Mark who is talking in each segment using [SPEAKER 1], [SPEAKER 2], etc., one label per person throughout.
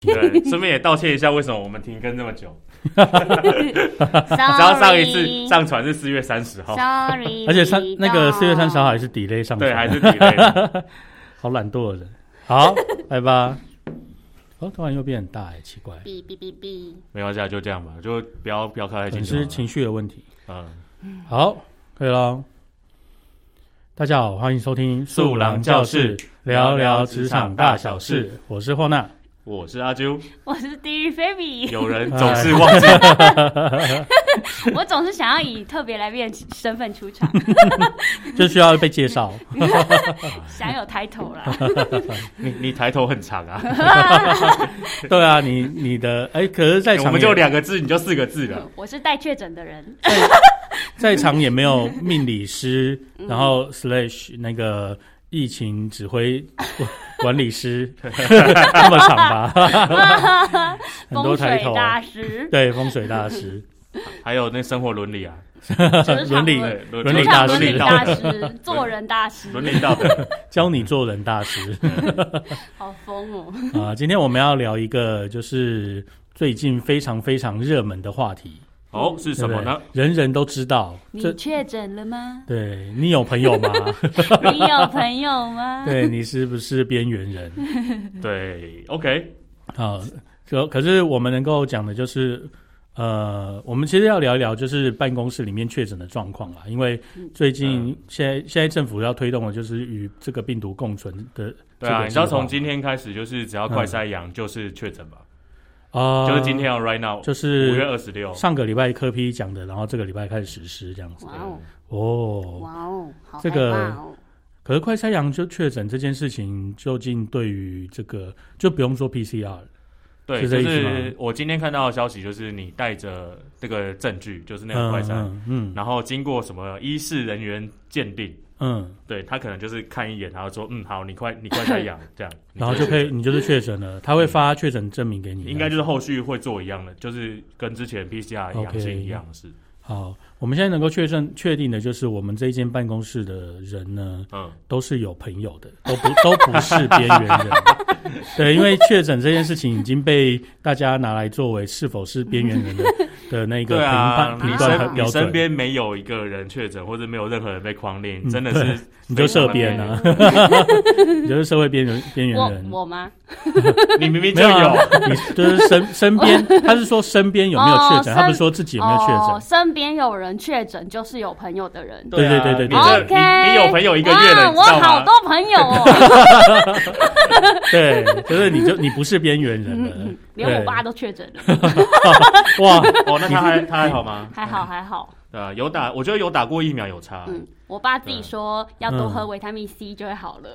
[SPEAKER 1] 对，顺便也道歉一下，为什么我们停更这么久？
[SPEAKER 2] 只
[SPEAKER 1] 只要上一次上传是四月三十号，
[SPEAKER 2] ，sorry，
[SPEAKER 3] 而且三那个四月三十号还是 delay 上传，啊
[SPEAKER 1] 对，还 是 delay 了。
[SPEAKER 3] 好懒惰的人。好，来吧。哦，突然又变很大哎、奇怪，
[SPEAKER 2] 哔哔哔哔，
[SPEAKER 1] 没关系，啊，就这样吧，就不要不要开太
[SPEAKER 3] 可
[SPEAKER 1] 心
[SPEAKER 3] 能。是情绪的问题。
[SPEAKER 1] 嗯，
[SPEAKER 3] 好，可以了。大家好，欢迎收听《
[SPEAKER 1] 素郎教室》，
[SPEAKER 3] 聊聊职场大小事。我是霍娜，
[SPEAKER 1] 我是阿 啾，
[SPEAKER 2] 我是地狱菲比，
[SPEAKER 1] 有人总是忘记，
[SPEAKER 2] 我总是想要以特别来宾的身份出 场，
[SPEAKER 3] 就需要被 介绍。
[SPEAKER 2] 享有抬头 啦。
[SPEAKER 1] 你你抬头很长啊，
[SPEAKER 3] 对啊，你你的哎、可是在
[SPEAKER 1] 我
[SPEAKER 3] 场、
[SPEAKER 1] 们就两个字，你就四个字
[SPEAKER 3] 啊
[SPEAKER 1] 了。
[SPEAKER 2] 我是带确诊的人，
[SPEAKER 3] 在场也没有命理师，
[SPEAKER 2] 嗯
[SPEAKER 3] 然后 slash 那个疫情指挥 管理 师，那么长吧？很
[SPEAKER 2] 风
[SPEAKER 3] 多抬
[SPEAKER 2] 水
[SPEAKER 3] 头，，
[SPEAKER 2] 大师
[SPEAKER 3] 对风水大师，
[SPEAKER 1] 还有那生活伦理啊，
[SPEAKER 2] 职场
[SPEAKER 3] 伦理
[SPEAKER 1] 对
[SPEAKER 3] 伦理
[SPEAKER 2] 职场
[SPEAKER 3] 大
[SPEAKER 2] 伦理
[SPEAKER 3] 师，
[SPEAKER 2] 大 师，做人大师，
[SPEAKER 1] 伦理道德，
[SPEAKER 3] 教你做人 大师
[SPEAKER 2] 好疯哦！
[SPEAKER 3] 啊！今天我们要聊一个就是最近非常非常热门的话题，
[SPEAKER 1] 哦，是什么
[SPEAKER 3] 对不
[SPEAKER 1] 呢？
[SPEAKER 3] 对？人人都知道，
[SPEAKER 2] 你
[SPEAKER 3] 这？
[SPEAKER 2] 确诊了吗
[SPEAKER 3] 对你有朋友吗？
[SPEAKER 2] 你有朋友吗？
[SPEAKER 3] 对你是不是边缘人？
[SPEAKER 1] 对，OK，
[SPEAKER 3] 啊，可可是我们能够讲的就是，呃，我们其实要聊一聊就是办公室里面确诊的状况啊啦，因为最近现在、现在政府要推动的就是与这个病毒共存的这
[SPEAKER 1] 对
[SPEAKER 3] 个计划，
[SPEAKER 1] 啊，你知道从今天开始，就是只要快筛阳就是确诊吧，
[SPEAKER 3] 啊、
[SPEAKER 1] 就是今天啊，right now，
[SPEAKER 3] 就
[SPEAKER 1] 五月
[SPEAKER 3] 是
[SPEAKER 1] 二十六，
[SPEAKER 3] 上个礼拜科批讲的，然后这个礼拜开始实施这样子
[SPEAKER 2] 哇哦，
[SPEAKER 3] 哦。
[SPEAKER 2] 哇哦，好
[SPEAKER 3] 这个
[SPEAKER 2] 害怕哦
[SPEAKER 3] 可是快筛阳就确诊这件事情，究竟对于这个就不用说 PCR 了
[SPEAKER 1] 对，
[SPEAKER 3] 是
[SPEAKER 1] 就
[SPEAKER 3] 这意思吗
[SPEAKER 1] 是我今天看到的消息，就是你带着这个证据，就是那个快筛，
[SPEAKER 3] 嗯嗯
[SPEAKER 1] 然后经过什么医事人员鉴定，
[SPEAKER 3] 嗯，
[SPEAKER 1] 对他可能就是看一眼，然后说，嗯，好，你快你快筛阳这 样，
[SPEAKER 3] 然后就可以你就是确诊了，他会发确诊证明给你，
[SPEAKER 1] 应该就是后续会做一样的，就是跟之前 PCR 阳性一样的事。
[SPEAKER 3] 好，我们现在能够确认确定的就是，我们这一间办公室的人呢，
[SPEAKER 1] 嗯，
[SPEAKER 3] 都是有朋友的，都不都不是边缘 人。对，因为确诊这件事情已经被大家拿来作为是否是边缘人 的的那个
[SPEAKER 1] 对
[SPEAKER 3] 评
[SPEAKER 1] 啊
[SPEAKER 3] 判，
[SPEAKER 1] 你
[SPEAKER 3] 评断和
[SPEAKER 1] 身
[SPEAKER 3] 标
[SPEAKER 1] 你身
[SPEAKER 3] 准，
[SPEAKER 1] 边没有一个人确诊，或者没有任何人被框定，
[SPEAKER 3] 嗯
[SPEAKER 1] 真的是
[SPEAKER 3] 你就社边啊，你就是社会边缘边缘人。
[SPEAKER 2] 我我吗？
[SPEAKER 1] 你 明明就
[SPEAKER 3] 没有啊
[SPEAKER 1] 有，，
[SPEAKER 3] 你就是身身 边，他是说身边有没有确
[SPEAKER 2] 哦
[SPEAKER 3] 诊，他不是说自己有没有确
[SPEAKER 2] 哦、
[SPEAKER 3] 诊。
[SPEAKER 2] 身边有人确诊，就是有朋友的人。
[SPEAKER 3] 对
[SPEAKER 1] 啊
[SPEAKER 3] 对对对
[SPEAKER 1] 你
[SPEAKER 3] 对
[SPEAKER 1] 这你
[SPEAKER 2] OK
[SPEAKER 1] 你有朋友一个月了，
[SPEAKER 2] 哇
[SPEAKER 1] 你
[SPEAKER 2] 我
[SPEAKER 1] 知道
[SPEAKER 2] 好
[SPEAKER 1] 吗？
[SPEAKER 2] 多朋友哦，
[SPEAKER 3] 对，就是你就你不是边缘人了
[SPEAKER 2] 嗯，连
[SPEAKER 3] 对
[SPEAKER 2] 我爸都确诊了，
[SPEAKER 3] 哇，
[SPEAKER 1] 哦，那他还他还好吗？
[SPEAKER 2] 还好还好。
[SPEAKER 1] 对啊，有打，我觉得有打过疫苗有差。
[SPEAKER 2] 嗯，我爸自己说要多喝维他命 C 就会好了。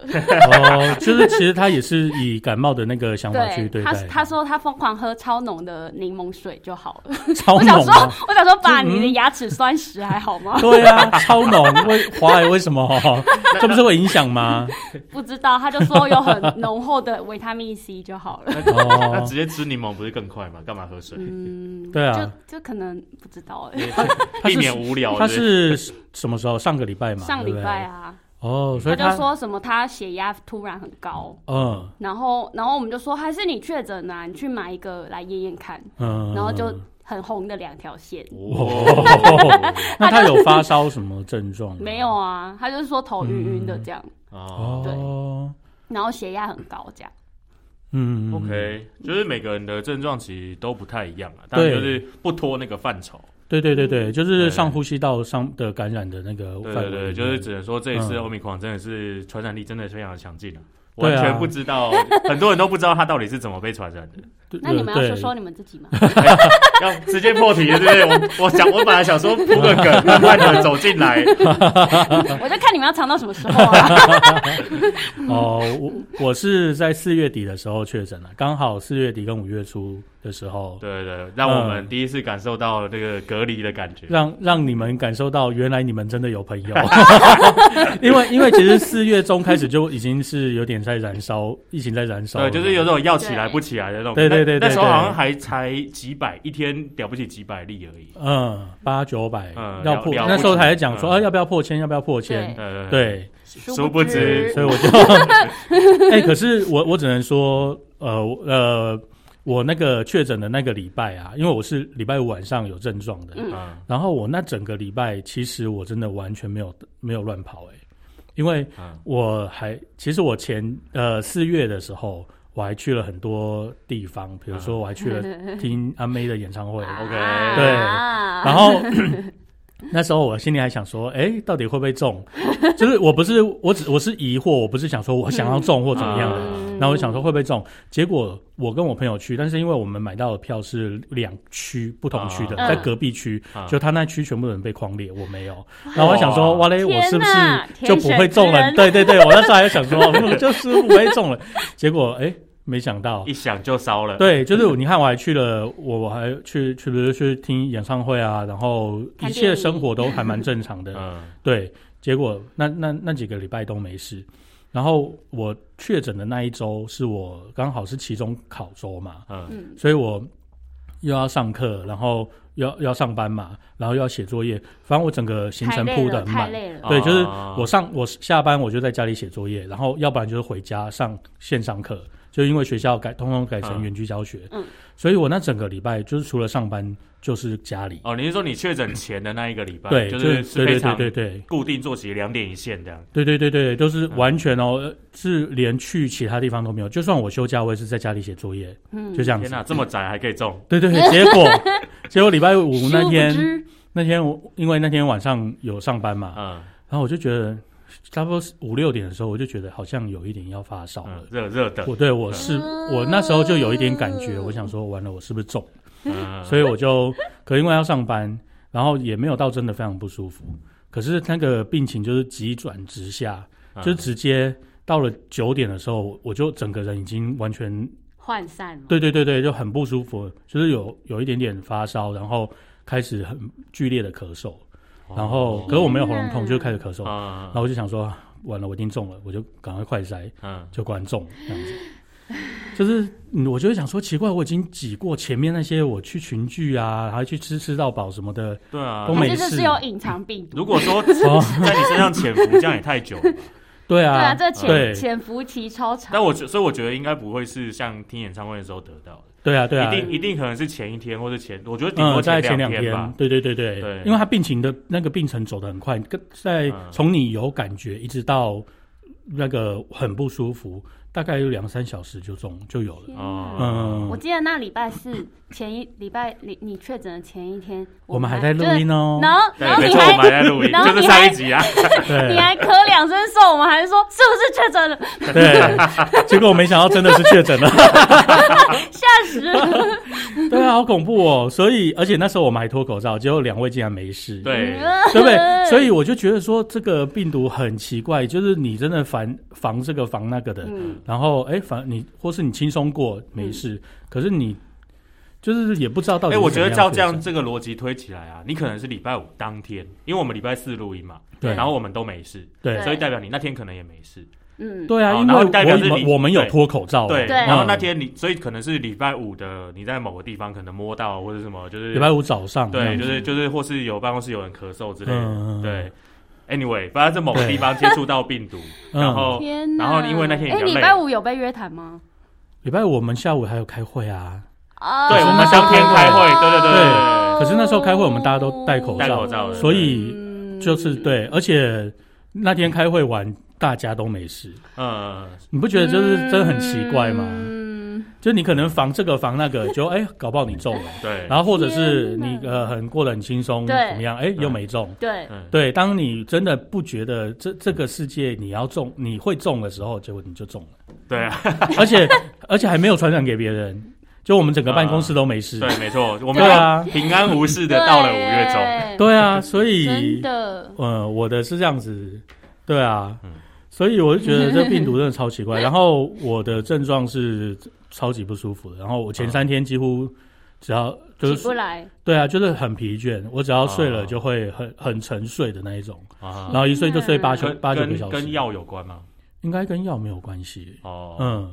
[SPEAKER 3] 哦，就是其实他也是以感冒的那个嗯想法去对
[SPEAKER 2] 他
[SPEAKER 3] 待，
[SPEAKER 2] 他说他疯狂喝超浓的柠檬水就好了。
[SPEAKER 3] 超
[SPEAKER 2] 我想
[SPEAKER 3] 浓
[SPEAKER 2] 说
[SPEAKER 3] 吗？，
[SPEAKER 2] 我想说，爸，
[SPEAKER 3] 嗯？
[SPEAKER 2] 你的牙齿酸蚀还好吗
[SPEAKER 3] 对啊，超浓，为华为为什么？这不是会影响吗？
[SPEAKER 2] 不知道，他就说有很浓厚的维他命 C 就好了。
[SPEAKER 1] 那
[SPEAKER 3] 哦，
[SPEAKER 1] 直接吃柠檬不是更快吗？干嘛喝水？
[SPEAKER 2] 嗯，
[SPEAKER 3] 对啊
[SPEAKER 2] 就就可能不知道 哎、
[SPEAKER 3] 他
[SPEAKER 1] 避
[SPEAKER 3] 是
[SPEAKER 1] 免无聊。
[SPEAKER 3] 他
[SPEAKER 1] 对不对
[SPEAKER 3] 是什么时候？上个礼拜嘛，
[SPEAKER 2] 上礼拜
[SPEAKER 3] 对
[SPEAKER 2] 啊，
[SPEAKER 3] 不对。哦，
[SPEAKER 2] 他
[SPEAKER 3] 所以
[SPEAKER 2] 就
[SPEAKER 3] 他
[SPEAKER 2] 说什么他血压突然很高，
[SPEAKER 3] 嗯
[SPEAKER 2] 然后，然后我们就说还是你确诊啊啦，你去买一个来验验看，
[SPEAKER 3] 嗯，
[SPEAKER 2] 然后就很红的两条线，
[SPEAKER 1] 哦
[SPEAKER 3] 那他有发烧什么症状吗？
[SPEAKER 2] 没有啊，他就是说头晕晕的这样，
[SPEAKER 3] 嗯
[SPEAKER 1] 哦
[SPEAKER 3] 哦，
[SPEAKER 2] 然后血压很高这样，
[SPEAKER 3] 嗯
[SPEAKER 1] ，OK，就是每个人的症状其实都不太一样啊，但就是不脱那个范畴。
[SPEAKER 3] 对对对对，就是
[SPEAKER 1] 对
[SPEAKER 3] 上呼吸道上的感染的那个
[SPEAKER 1] 对对
[SPEAKER 3] 范围里
[SPEAKER 1] 对，
[SPEAKER 3] 面，
[SPEAKER 1] 就是只能说这一次
[SPEAKER 3] 嗯
[SPEAKER 1] 欧米狂真的是传染力真的非常的强劲啊，
[SPEAKER 3] 对
[SPEAKER 1] 完
[SPEAKER 3] 啊
[SPEAKER 1] 全不知道，很多人都不知道他到底是怎么被传染的。
[SPEAKER 3] 对
[SPEAKER 2] 那你们要
[SPEAKER 3] 对
[SPEAKER 2] 说说你们自己吗？
[SPEAKER 1] 要直接破题了，对不对？我我想我本来想说铺个梗，慢慢的走进来，
[SPEAKER 2] 我就看你们要藏到什么时候 啊？
[SPEAKER 3] 哦，我我是在四月底的时候确诊了，刚好四月底跟五月初的时候，
[SPEAKER 1] 对对，让我们第一次感受到这个隔离的感觉。
[SPEAKER 3] 让让你们感受到原来你们真的有朋 友， 因为因为其实四月中开始就已经是有点在燃烧，疫情在燃烧了，
[SPEAKER 1] 对，就是有种要起来
[SPEAKER 2] 对
[SPEAKER 1] 不起来的那种。
[SPEAKER 3] 对对对
[SPEAKER 1] 那
[SPEAKER 3] 对
[SPEAKER 1] 那时候
[SPEAKER 3] 对
[SPEAKER 1] 好像还才几百，一天了不起几百例而已。
[SPEAKER 3] 嗯八九百
[SPEAKER 1] 嗯
[SPEAKER 3] 要
[SPEAKER 1] 了
[SPEAKER 3] 破，
[SPEAKER 1] 了不
[SPEAKER 3] 那时候
[SPEAKER 1] 起
[SPEAKER 3] 还在讲说
[SPEAKER 1] 嗯
[SPEAKER 3] 啊要不要破千，要不要破千，
[SPEAKER 2] 对
[SPEAKER 1] 呃，
[SPEAKER 3] 对，
[SPEAKER 1] 殊不知
[SPEAKER 3] 所以我就，哎、可是我我只能说，呃我呃，我那个确诊的那个礼拜啊，因为我是礼拜五晚上有症状的，
[SPEAKER 2] 嗯
[SPEAKER 1] 嗯
[SPEAKER 3] 然后我那整个礼拜其实我真的完全没有没有乱跑哎、因为
[SPEAKER 1] 嗯
[SPEAKER 3] 我还其实我前呃四月的时候我还去了很多地方，比如说我还去了听阿妹的演唱会，
[SPEAKER 1] OK
[SPEAKER 3] 对然
[SPEAKER 2] 然
[SPEAKER 3] 后 那时候我心里还想说，哎、到底会不 会中？就是我不是我只我是疑惑，我不是想说我想要中或怎么样的。
[SPEAKER 2] 嗯
[SPEAKER 3] 然后我想说会不会中，结果我跟我朋友去，但是因为我们买到的票是两区不同区的，
[SPEAKER 2] 啊
[SPEAKER 3] 在隔壁区，
[SPEAKER 1] 啊
[SPEAKER 3] 就他那区全部人被框列，我没有。然后我还想说，哇嘞，
[SPEAKER 2] 哦天哪
[SPEAKER 3] 我是不是就不会中
[SPEAKER 2] 天选之
[SPEAKER 3] 了？
[SPEAKER 2] 人
[SPEAKER 3] 对对对，我那时候还在想说， 我就是不会中了。结果哎、没想到
[SPEAKER 1] 一想就烧 了。
[SPEAKER 3] 对，就是你看，我还去了，我我还去去，比如去听演唱会啊，然后一
[SPEAKER 2] 看
[SPEAKER 3] 切
[SPEAKER 2] 电
[SPEAKER 3] 生活都 还蛮正常的。
[SPEAKER 1] 嗯，
[SPEAKER 3] 对，结果那那那几个礼拜都没事。然后我确诊的那一周是我刚好是期中考周嘛，
[SPEAKER 1] 嗯
[SPEAKER 2] 嗯，
[SPEAKER 3] 所以我又要上课，然后又要又要上班嘛，然后又要写作业，反正我整个行
[SPEAKER 2] 太
[SPEAKER 3] 程
[SPEAKER 2] 累
[SPEAKER 3] 铺的
[SPEAKER 2] 了，
[SPEAKER 3] 很
[SPEAKER 2] 太
[SPEAKER 3] 满。
[SPEAKER 2] 累了。
[SPEAKER 3] 对，就是
[SPEAKER 1] 啊
[SPEAKER 3] 我上我下班我就在家里写作业，然后要不然就是回家上线上课，就因为学校改通通改成
[SPEAKER 1] 嗯
[SPEAKER 3] 远距教学，
[SPEAKER 2] 嗯
[SPEAKER 3] 所以我那整个礼拜就是除了上班就是家里，
[SPEAKER 1] 哦，你是说你确诊前的那一个礼拜，
[SPEAKER 3] 对，
[SPEAKER 1] 就
[SPEAKER 3] 就是是
[SPEAKER 1] 是
[SPEAKER 3] 对
[SPEAKER 1] 非
[SPEAKER 3] 对
[SPEAKER 1] 常
[SPEAKER 3] 对对对
[SPEAKER 1] 固定作息，两点一线这样。
[SPEAKER 3] 对对对对，都
[SPEAKER 1] 嗯
[SPEAKER 3] 是完全哦，呃是连去其他地方都没有，就算我休假，我也是在家里写作业，
[SPEAKER 2] 嗯
[SPEAKER 3] 就这样
[SPEAKER 1] 天
[SPEAKER 3] 子
[SPEAKER 1] 哪，。这么窄还可以中，
[SPEAKER 3] 对对对，结 果结果礼拜五
[SPEAKER 2] 殊
[SPEAKER 3] 那
[SPEAKER 2] 不
[SPEAKER 3] 天
[SPEAKER 2] 知
[SPEAKER 3] 那天我因为那天晚上有上班嘛，
[SPEAKER 1] 嗯
[SPEAKER 3] 然后我就觉得差不多五六点的时候，我就觉得好像有一点要发烧了
[SPEAKER 1] 嗯，。热热的，
[SPEAKER 3] 哦我对我是
[SPEAKER 2] 嗯
[SPEAKER 3] 我那时候就有一点感觉，我想说完了，我是不是中？
[SPEAKER 1] 嗯
[SPEAKER 3] 所以我就可因为要上班，然后也没有到真的非常不舒服，可是那个病情就是急转直下，
[SPEAKER 1] 嗯
[SPEAKER 3] 就直接到了九点的时候，我就整个人已经完全
[SPEAKER 2] 涣散了。
[SPEAKER 3] 对对对对，就很不舒服，就是有有一点点发烧，然后开始很剧烈的咳嗽，然后可是我没有喉咙痛，
[SPEAKER 2] 天哪
[SPEAKER 3] 就开始咳嗽，
[SPEAKER 1] 啊
[SPEAKER 3] 然后我就想说啊完了，我一定中了，我就赶快快筛。
[SPEAKER 1] 嗯
[SPEAKER 3] 就观众这样子。就是嗯我就会想说，奇怪，我已经挤过前面那些我去群聚啊，还去吃吃到饱什么的，
[SPEAKER 1] 对啊
[SPEAKER 3] 都，
[SPEAKER 2] 还
[SPEAKER 3] 没
[SPEAKER 2] 是这
[SPEAKER 3] 事
[SPEAKER 2] 是有隐藏病毒？
[SPEAKER 1] 如果
[SPEAKER 3] 哦
[SPEAKER 1] 说在你身上潜伏，这样也太久了吧。
[SPEAKER 3] 对
[SPEAKER 2] 对
[SPEAKER 3] 啊，
[SPEAKER 2] 啊，这潜
[SPEAKER 3] 对
[SPEAKER 2] 潜伏期超长。
[SPEAKER 1] 但我觉，所以我觉得应该不会是像听演唱会的时候得到的，
[SPEAKER 3] 对啊，对啊，
[SPEAKER 1] 一定一定可能是前一天或者前，我觉得顶多
[SPEAKER 3] 嗯，在前
[SPEAKER 1] 两
[SPEAKER 3] 两
[SPEAKER 1] 吧。
[SPEAKER 3] 对对对对，
[SPEAKER 1] 对
[SPEAKER 3] 因为他病情的那个病程走得很快，跟在
[SPEAKER 1] 嗯
[SPEAKER 3] 从你有感觉一直到那个很不舒服，大概有两三小时就中就有了，
[SPEAKER 2] 天啊
[SPEAKER 1] 哦
[SPEAKER 2] 哪
[SPEAKER 3] 嗯
[SPEAKER 2] 我，记得那礼拜四前一礼拜，你你确诊的前一天，
[SPEAKER 3] 我们还在录音哦，
[SPEAKER 2] 然后
[SPEAKER 1] 对
[SPEAKER 2] 然，
[SPEAKER 1] 哎
[SPEAKER 2] 后
[SPEAKER 1] 没
[SPEAKER 2] 你
[SPEAKER 1] 错，我们还
[SPEAKER 2] 还
[SPEAKER 1] 在录音，
[SPEAKER 2] 然后
[SPEAKER 1] 就是
[SPEAKER 2] 你
[SPEAKER 1] 上
[SPEAKER 2] 还
[SPEAKER 1] 一 集啊。
[SPEAKER 3] 对
[SPEAKER 2] 你还咳两声嗽，我们还说是不是确诊了？
[SPEAKER 3] 对，结果我没想到真的是确诊了。
[SPEAKER 2] 吓死人！
[SPEAKER 3] 对啊，好恐怖哦！所以，而且那时候我们还脱口罩，结果两位竟然没事，
[SPEAKER 1] 对，
[SPEAKER 2] 嗯
[SPEAKER 3] 对不对？所以我就觉得说，这个病毒很奇怪，就是你真的防防这个防那个的，
[SPEAKER 2] 嗯
[SPEAKER 3] 然后哎，防你或是你轻松过没事，可是你就是也不知道到
[SPEAKER 1] 哎、
[SPEAKER 3] 底是
[SPEAKER 1] 我觉得
[SPEAKER 3] 怎么
[SPEAKER 1] 照
[SPEAKER 3] 样
[SPEAKER 1] 这样
[SPEAKER 3] 确诊
[SPEAKER 1] 这个逻辑推起来啊，你可能是礼拜五当天，因为我们礼拜四录音嘛，
[SPEAKER 3] 对
[SPEAKER 1] 然后我们都没事，
[SPEAKER 3] 对
[SPEAKER 1] 所以代表你那天可能也没事，
[SPEAKER 2] 嗯，
[SPEAKER 3] 对啊，
[SPEAKER 1] 好
[SPEAKER 3] 因为
[SPEAKER 1] 然后
[SPEAKER 3] 我
[SPEAKER 1] 代表是
[SPEAKER 3] 们
[SPEAKER 1] 你
[SPEAKER 3] 我们有脱口罩，啊
[SPEAKER 1] 对，
[SPEAKER 2] 对
[SPEAKER 1] 然
[SPEAKER 3] 嗯
[SPEAKER 1] 后那天你，所以可能是礼拜五的，你在某个地方可能摸到或者什么，就是
[SPEAKER 3] 礼拜五早上这
[SPEAKER 1] 对，
[SPEAKER 3] 样
[SPEAKER 1] 就
[SPEAKER 3] 子，
[SPEAKER 1] 是就是或是有办公室有人咳嗽之类的，
[SPEAKER 3] 嗯嗯嗯
[SPEAKER 1] 对。Anyway，反正在某个地方接触到病毒，
[SPEAKER 3] 嗯
[SPEAKER 1] 然后
[SPEAKER 2] 天哪！
[SPEAKER 1] 然后因为那天也
[SPEAKER 2] 哎，
[SPEAKER 1] 比较累
[SPEAKER 2] 礼拜五有被约谈吗？
[SPEAKER 3] 礼拜五我们下午还有开会啊，
[SPEAKER 2] 啊
[SPEAKER 1] 对
[SPEAKER 3] 我们当天
[SPEAKER 1] 开会对对对对
[SPEAKER 3] 对可是那时候开会我们大家都戴口罩戴口
[SPEAKER 1] 罩的
[SPEAKER 3] 所以
[SPEAKER 2] 嗯
[SPEAKER 3] 就是对，而且那天开会完大家都没事，
[SPEAKER 1] 嗯，
[SPEAKER 3] 你不觉得就是真的很奇怪吗？
[SPEAKER 2] 嗯，
[SPEAKER 3] 就你可能防这个防那 个，就哎、搞不好你中了，
[SPEAKER 1] 对，
[SPEAKER 3] 然后或者是你
[SPEAKER 2] 天哪
[SPEAKER 3] 呃很过得很轻松，怎
[SPEAKER 2] 对
[SPEAKER 3] 么样？哎、
[SPEAKER 1] 对
[SPEAKER 3] 又没中。
[SPEAKER 2] 对，
[SPEAKER 1] 嗯，
[SPEAKER 3] 对，当你真的不觉得这这个世界你要中，你会中的时候，结果你就中 了，
[SPEAKER 1] 对啊，
[SPEAKER 3] 而且而且还没有传染给别人，就我们整个办公室都没事。
[SPEAKER 1] 对，没错，我们
[SPEAKER 3] 对啊，
[SPEAKER 1] 平安无事的到了五月中，
[SPEAKER 2] 对
[SPEAKER 3] 对啊，所
[SPEAKER 2] 真
[SPEAKER 3] 以
[SPEAKER 2] 的，
[SPEAKER 3] 呃，我的是这样子，对啊
[SPEAKER 1] 嗯，
[SPEAKER 3] 所以我就觉得这病毒真的超奇怪。然 后我的症状是超级不舒服的，然后我前三天几乎只要就
[SPEAKER 2] 起
[SPEAKER 3] 是
[SPEAKER 2] 不来，
[SPEAKER 3] 对啊，就是很疲倦，我只要睡
[SPEAKER 1] 哦
[SPEAKER 3] 了就会很很沉睡的那一种，
[SPEAKER 1] 啊
[SPEAKER 3] 然后一睡就睡八九
[SPEAKER 1] 跟
[SPEAKER 3] 八九个
[SPEAKER 1] 跟
[SPEAKER 3] 小
[SPEAKER 1] 跟
[SPEAKER 3] 时，
[SPEAKER 1] 药有关吗？
[SPEAKER 3] 应该跟药没有关系，
[SPEAKER 1] 哦，
[SPEAKER 3] 嗯，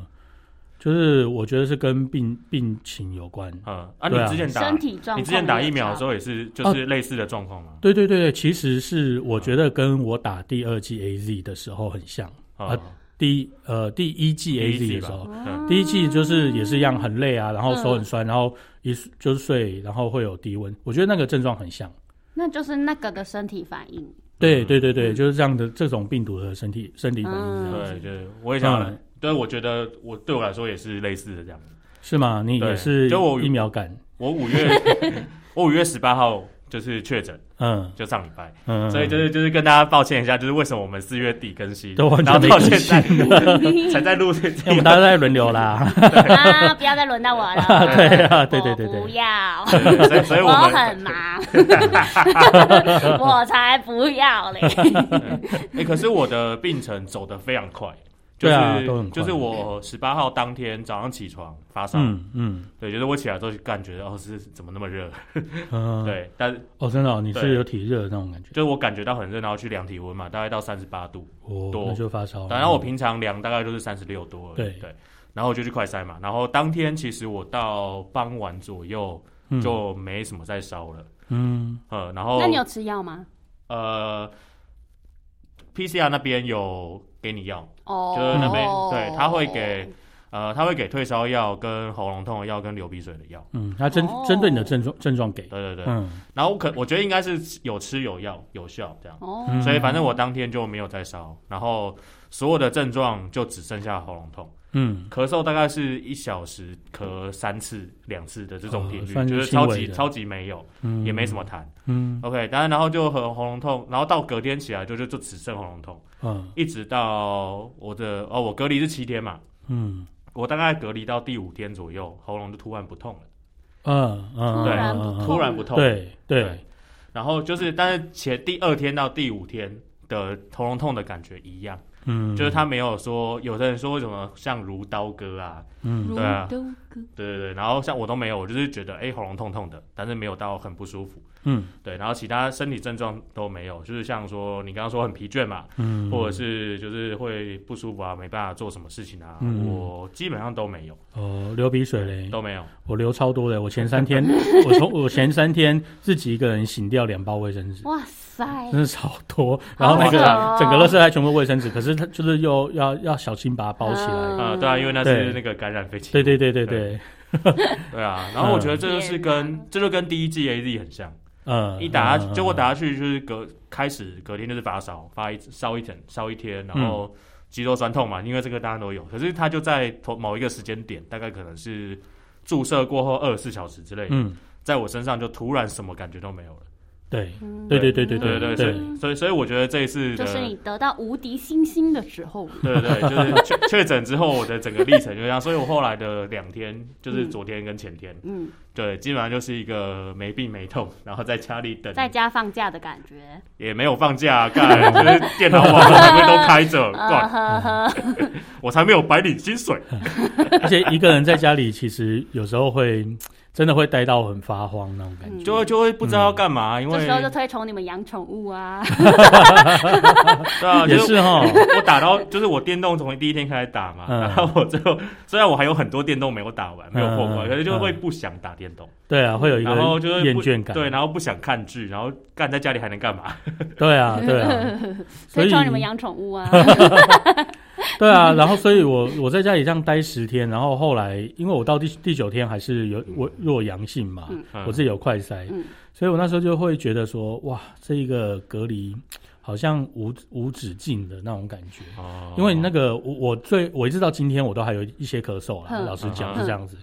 [SPEAKER 3] 就是我觉得是跟病病情有关。
[SPEAKER 1] 嗯，啊，你
[SPEAKER 3] 对啊
[SPEAKER 1] 之前打
[SPEAKER 2] 身体状况。
[SPEAKER 1] 你之前打疫苗的时，候也是就是类似的状况吗？
[SPEAKER 3] 对对对对，其实是我觉得跟我打第二剂 A Z 的时候很像，
[SPEAKER 1] 啊
[SPEAKER 3] 啊第呃第一季
[SPEAKER 1] 第一
[SPEAKER 3] A Z
[SPEAKER 1] 季
[SPEAKER 3] 的时
[SPEAKER 1] 吧
[SPEAKER 3] 候，
[SPEAKER 2] 哦
[SPEAKER 1] 嗯
[SPEAKER 3] 第一季就是也是一样很累啊，然后手
[SPEAKER 2] 嗯
[SPEAKER 3] 很酸，然后一就是睡，然后会有低温，我觉得那个症状很像。
[SPEAKER 2] 那就是那个的身体反应。
[SPEAKER 3] 对
[SPEAKER 1] 嗯
[SPEAKER 3] 对对对，
[SPEAKER 2] 嗯
[SPEAKER 3] 就是这样的这种病毒的身体身体反应是这样
[SPEAKER 1] 对
[SPEAKER 3] 子，
[SPEAKER 1] 对，我也想
[SPEAKER 3] 嗯，
[SPEAKER 1] 对，我觉得我对我来说也是类似的这样。
[SPEAKER 3] 是吗？你
[SPEAKER 1] 对
[SPEAKER 3] 也是
[SPEAKER 1] 就我
[SPEAKER 3] 疫苗感，
[SPEAKER 1] 我五月， 我五月十八号就是确诊，
[SPEAKER 3] 嗯
[SPEAKER 1] 就上礼拜，
[SPEAKER 3] 嗯，
[SPEAKER 1] 所以就是就是跟大家抱歉一下，就是为什么我们四月底更新，
[SPEAKER 3] 都完
[SPEAKER 1] 然后
[SPEAKER 3] 全没
[SPEAKER 1] 到
[SPEAKER 3] 更
[SPEAKER 1] 现
[SPEAKER 3] 新
[SPEAKER 1] 在 才在录这
[SPEAKER 3] 因为我们大家都在轮流 啦，
[SPEAKER 2] 啊，不要再轮到我了。
[SPEAKER 3] 对 啊对对对
[SPEAKER 2] 我不
[SPEAKER 3] 对
[SPEAKER 2] 要，
[SPEAKER 1] 个，所以所以
[SPEAKER 2] 我
[SPEAKER 1] 我
[SPEAKER 2] 很
[SPEAKER 1] 们，
[SPEAKER 2] 忙，我才不要嘞。
[SPEAKER 1] 哎、可是我的病程走得非常快。就
[SPEAKER 3] 对
[SPEAKER 1] 是、
[SPEAKER 3] 啊都很快
[SPEAKER 1] 就是我十八号当天早上起床发烧，
[SPEAKER 3] 嗯嗯
[SPEAKER 1] 对，就是我起来之后就感觉哦是怎么那么热，
[SPEAKER 3] 嗯，，
[SPEAKER 1] 对，但是
[SPEAKER 3] 哦，真的哦，你
[SPEAKER 1] 对
[SPEAKER 3] 是有体热的那种感觉，
[SPEAKER 1] 就是我感觉到很热，然后去量体温嘛，大概到三十八度，
[SPEAKER 3] 哦，
[SPEAKER 1] 多
[SPEAKER 3] 那就发烧了，
[SPEAKER 1] 当然我平常量大概就是三十六多而已，
[SPEAKER 3] 对
[SPEAKER 1] 对，然后我就去快筛嘛，然后当天其实我到傍晚左右
[SPEAKER 3] 嗯
[SPEAKER 1] 就没什么再烧了，
[SPEAKER 3] 嗯
[SPEAKER 1] 呃，然后
[SPEAKER 2] 那你有吃药吗？
[SPEAKER 1] 呃 PCR 那边有给你药，
[SPEAKER 2] 哦，
[SPEAKER 1] 就是那边对他会给呃，他会给退烧药、跟喉咙痛的药、跟流鼻水的药，
[SPEAKER 3] 嗯，他针
[SPEAKER 2] 哦
[SPEAKER 3] 针对你的症状症状给，
[SPEAKER 1] 对对对，
[SPEAKER 3] 嗯，
[SPEAKER 1] 然后我可我觉得应该是有吃有药有效这样。
[SPEAKER 2] 哦，
[SPEAKER 3] 嗯
[SPEAKER 1] 所以反正我当天就没有再烧，然后所有的症状就只剩下喉咙痛，
[SPEAKER 3] 嗯
[SPEAKER 1] 咳嗽大概是一小时咳三次、两次的这种频率，
[SPEAKER 3] 哦算是
[SPEAKER 1] 就是超
[SPEAKER 3] 轻微
[SPEAKER 1] 级
[SPEAKER 3] 的
[SPEAKER 1] 超级没有，
[SPEAKER 3] 嗯，
[SPEAKER 1] 也没什么痰。
[SPEAKER 3] 嗯，
[SPEAKER 1] OK，当然然后就和喉咙痛，然后到隔天起来就就就只剩喉咙痛，
[SPEAKER 3] 嗯
[SPEAKER 1] 一直到我的哦，我隔离是七天嘛，
[SPEAKER 3] 嗯
[SPEAKER 1] 我大概隔离到第五天左右，喉咙就突然不痛了，
[SPEAKER 3] 嗯嗯，
[SPEAKER 2] 突然不
[SPEAKER 3] 嗯
[SPEAKER 2] 痛
[SPEAKER 1] 突然不痛，
[SPEAKER 3] 对对
[SPEAKER 1] 对，然后就是但是前第二天到第五天的喉咙痛的感觉一样。
[SPEAKER 3] 嗯，
[SPEAKER 1] 就是他没有说，有的人说为什么像如刀割啊，
[SPEAKER 3] 嗯
[SPEAKER 2] 如
[SPEAKER 1] 对啊
[SPEAKER 2] 都割
[SPEAKER 1] 对对对，然后像我都没有，我就是觉得哎、喉咙痛痛的，但是没有到很不舒服，
[SPEAKER 3] 嗯
[SPEAKER 1] 对，然后其他身体症状都没有，就是像说你刚刚说很疲倦嘛，
[SPEAKER 3] 嗯，
[SPEAKER 1] 或者是就是会不舒服啊，没办法做什么事情啊，
[SPEAKER 3] 嗯
[SPEAKER 1] 我基本上都没有，
[SPEAKER 3] 哦流鼻水嘞，
[SPEAKER 1] 都没有，
[SPEAKER 3] 我流超多的，我前三天 我从我前三天自己一个人醒掉两包卫生纸。
[SPEAKER 2] 哇塞，
[SPEAKER 3] 真的超多，然后那个
[SPEAKER 1] 啊
[SPEAKER 2] 好扯哦
[SPEAKER 3] 整个垃圾袋全部卫生纸，可是它就是又要要小心把它包起来。
[SPEAKER 2] 嗯
[SPEAKER 1] 啊、对啊，因为那是
[SPEAKER 3] 对
[SPEAKER 1] 那个感染飞机，
[SPEAKER 3] 对对对对对，
[SPEAKER 1] 对啊，然后我觉得这就是
[SPEAKER 2] 天
[SPEAKER 1] 跟、
[SPEAKER 2] 哪
[SPEAKER 1] 这就跟第一季 A Z 很像，
[SPEAKER 3] 嗯，
[SPEAKER 1] 一打下
[SPEAKER 3] 嗯
[SPEAKER 1] 去，结果打下去就是隔开始隔天就是发烧，发一烧一天，烧一天，
[SPEAKER 3] 嗯
[SPEAKER 1] 然后肌肉酸痛嘛，因为这个大家都有。可是他就在头某一个时间点，大概可能是注射过后二十四小时之类的，
[SPEAKER 3] 嗯，
[SPEAKER 1] 在我身上就突然什么感觉都没有了。
[SPEAKER 3] 对
[SPEAKER 2] 嗯
[SPEAKER 3] 对对对对
[SPEAKER 1] 对对对，所
[SPEAKER 3] 对
[SPEAKER 1] 以所以所以我觉得这一次
[SPEAKER 2] 就是
[SPEAKER 1] 的
[SPEAKER 2] 你得到无敌星星的时候，
[SPEAKER 1] 对对，对就是确确诊之后我的整个历程就这样，所以我后来的两天就是
[SPEAKER 2] 嗯
[SPEAKER 1] 昨天跟前天，
[SPEAKER 2] 嗯，
[SPEAKER 1] 对，基本上就是一个没病没痛，然后在家里等，
[SPEAKER 2] 在家放假的感觉，
[SPEAKER 1] 也没有放假，啊干就是电脑网那边都开 着，干
[SPEAKER 2] 呃呵呵，
[SPEAKER 1] 我才没有白领薪水。
[SPEAKER 3] 而且一个人在家里，其实有时候会真的会待到很发慌那种感
[SPEAKER 1] 嗯
[SPEAKER 3] 觉。
[SPEAKER 1] 就会就会不知道要干嘛，因
[SPEAKER 2] 嗯这
[SPEAKER 1] 为
[SPEAKER 2] 时候就推崇你们养宠物啊，
[SPEAKER 1] 对 啊，
[SPEAKER 3] 也
[SPEAKER 1] 就是
[SPEAKER 3] 哈，
[SPEAKER 1] 我打到就是我电动从第一天开始打嘛，
[SPEAKER 3] 嗯
[SPEAKER 1] 然后我最后虽然我还有很多电动没有打完，没有破关，
[SPEAKER 3] 嗯
[SPEAKER 1] 可是就会不想打电动，
[SPEAKER 3] 对啊，会有一个
[SPEAKER 1] 嗯然后就是不
[SPEAKER 3] 厌倦感。
[SPEAKER 1] 对，然后不想看剧，然后干在家里还能干嘛？
[SPEAKER 3] 对 啊，对啊，所
[SPEAKER 2] 推
[SPEAKER 3] 以
[SPEAKER 2] 崇你们养宠物啊，
[SPEAKER 3] 对啊，然后所以我我在家里这样待十天，然后后来因为我到第第九天还是有我若阳性嘛，
[SPEAKER 2] 嗯
[SPEAKER 1] 嗯
[SPEAKER 3] 我自己有快筛，
[SPEAKER 2] 嗯
[SPEAKER 3] 所以我那时候就会觉得说，哇，这一个隔离好像无无止境的那种感觉。
[SPEAKER 1] 哦
[SPEAKER 3] 因为那个我我最我一直到今天我都还有一些咳嗽啦，
[SPEAKER 2] 嗯
[SPEAKER 3] 老实讲
[SPEAKER 1] 嗯
[SPEAKER 3] 是这样子。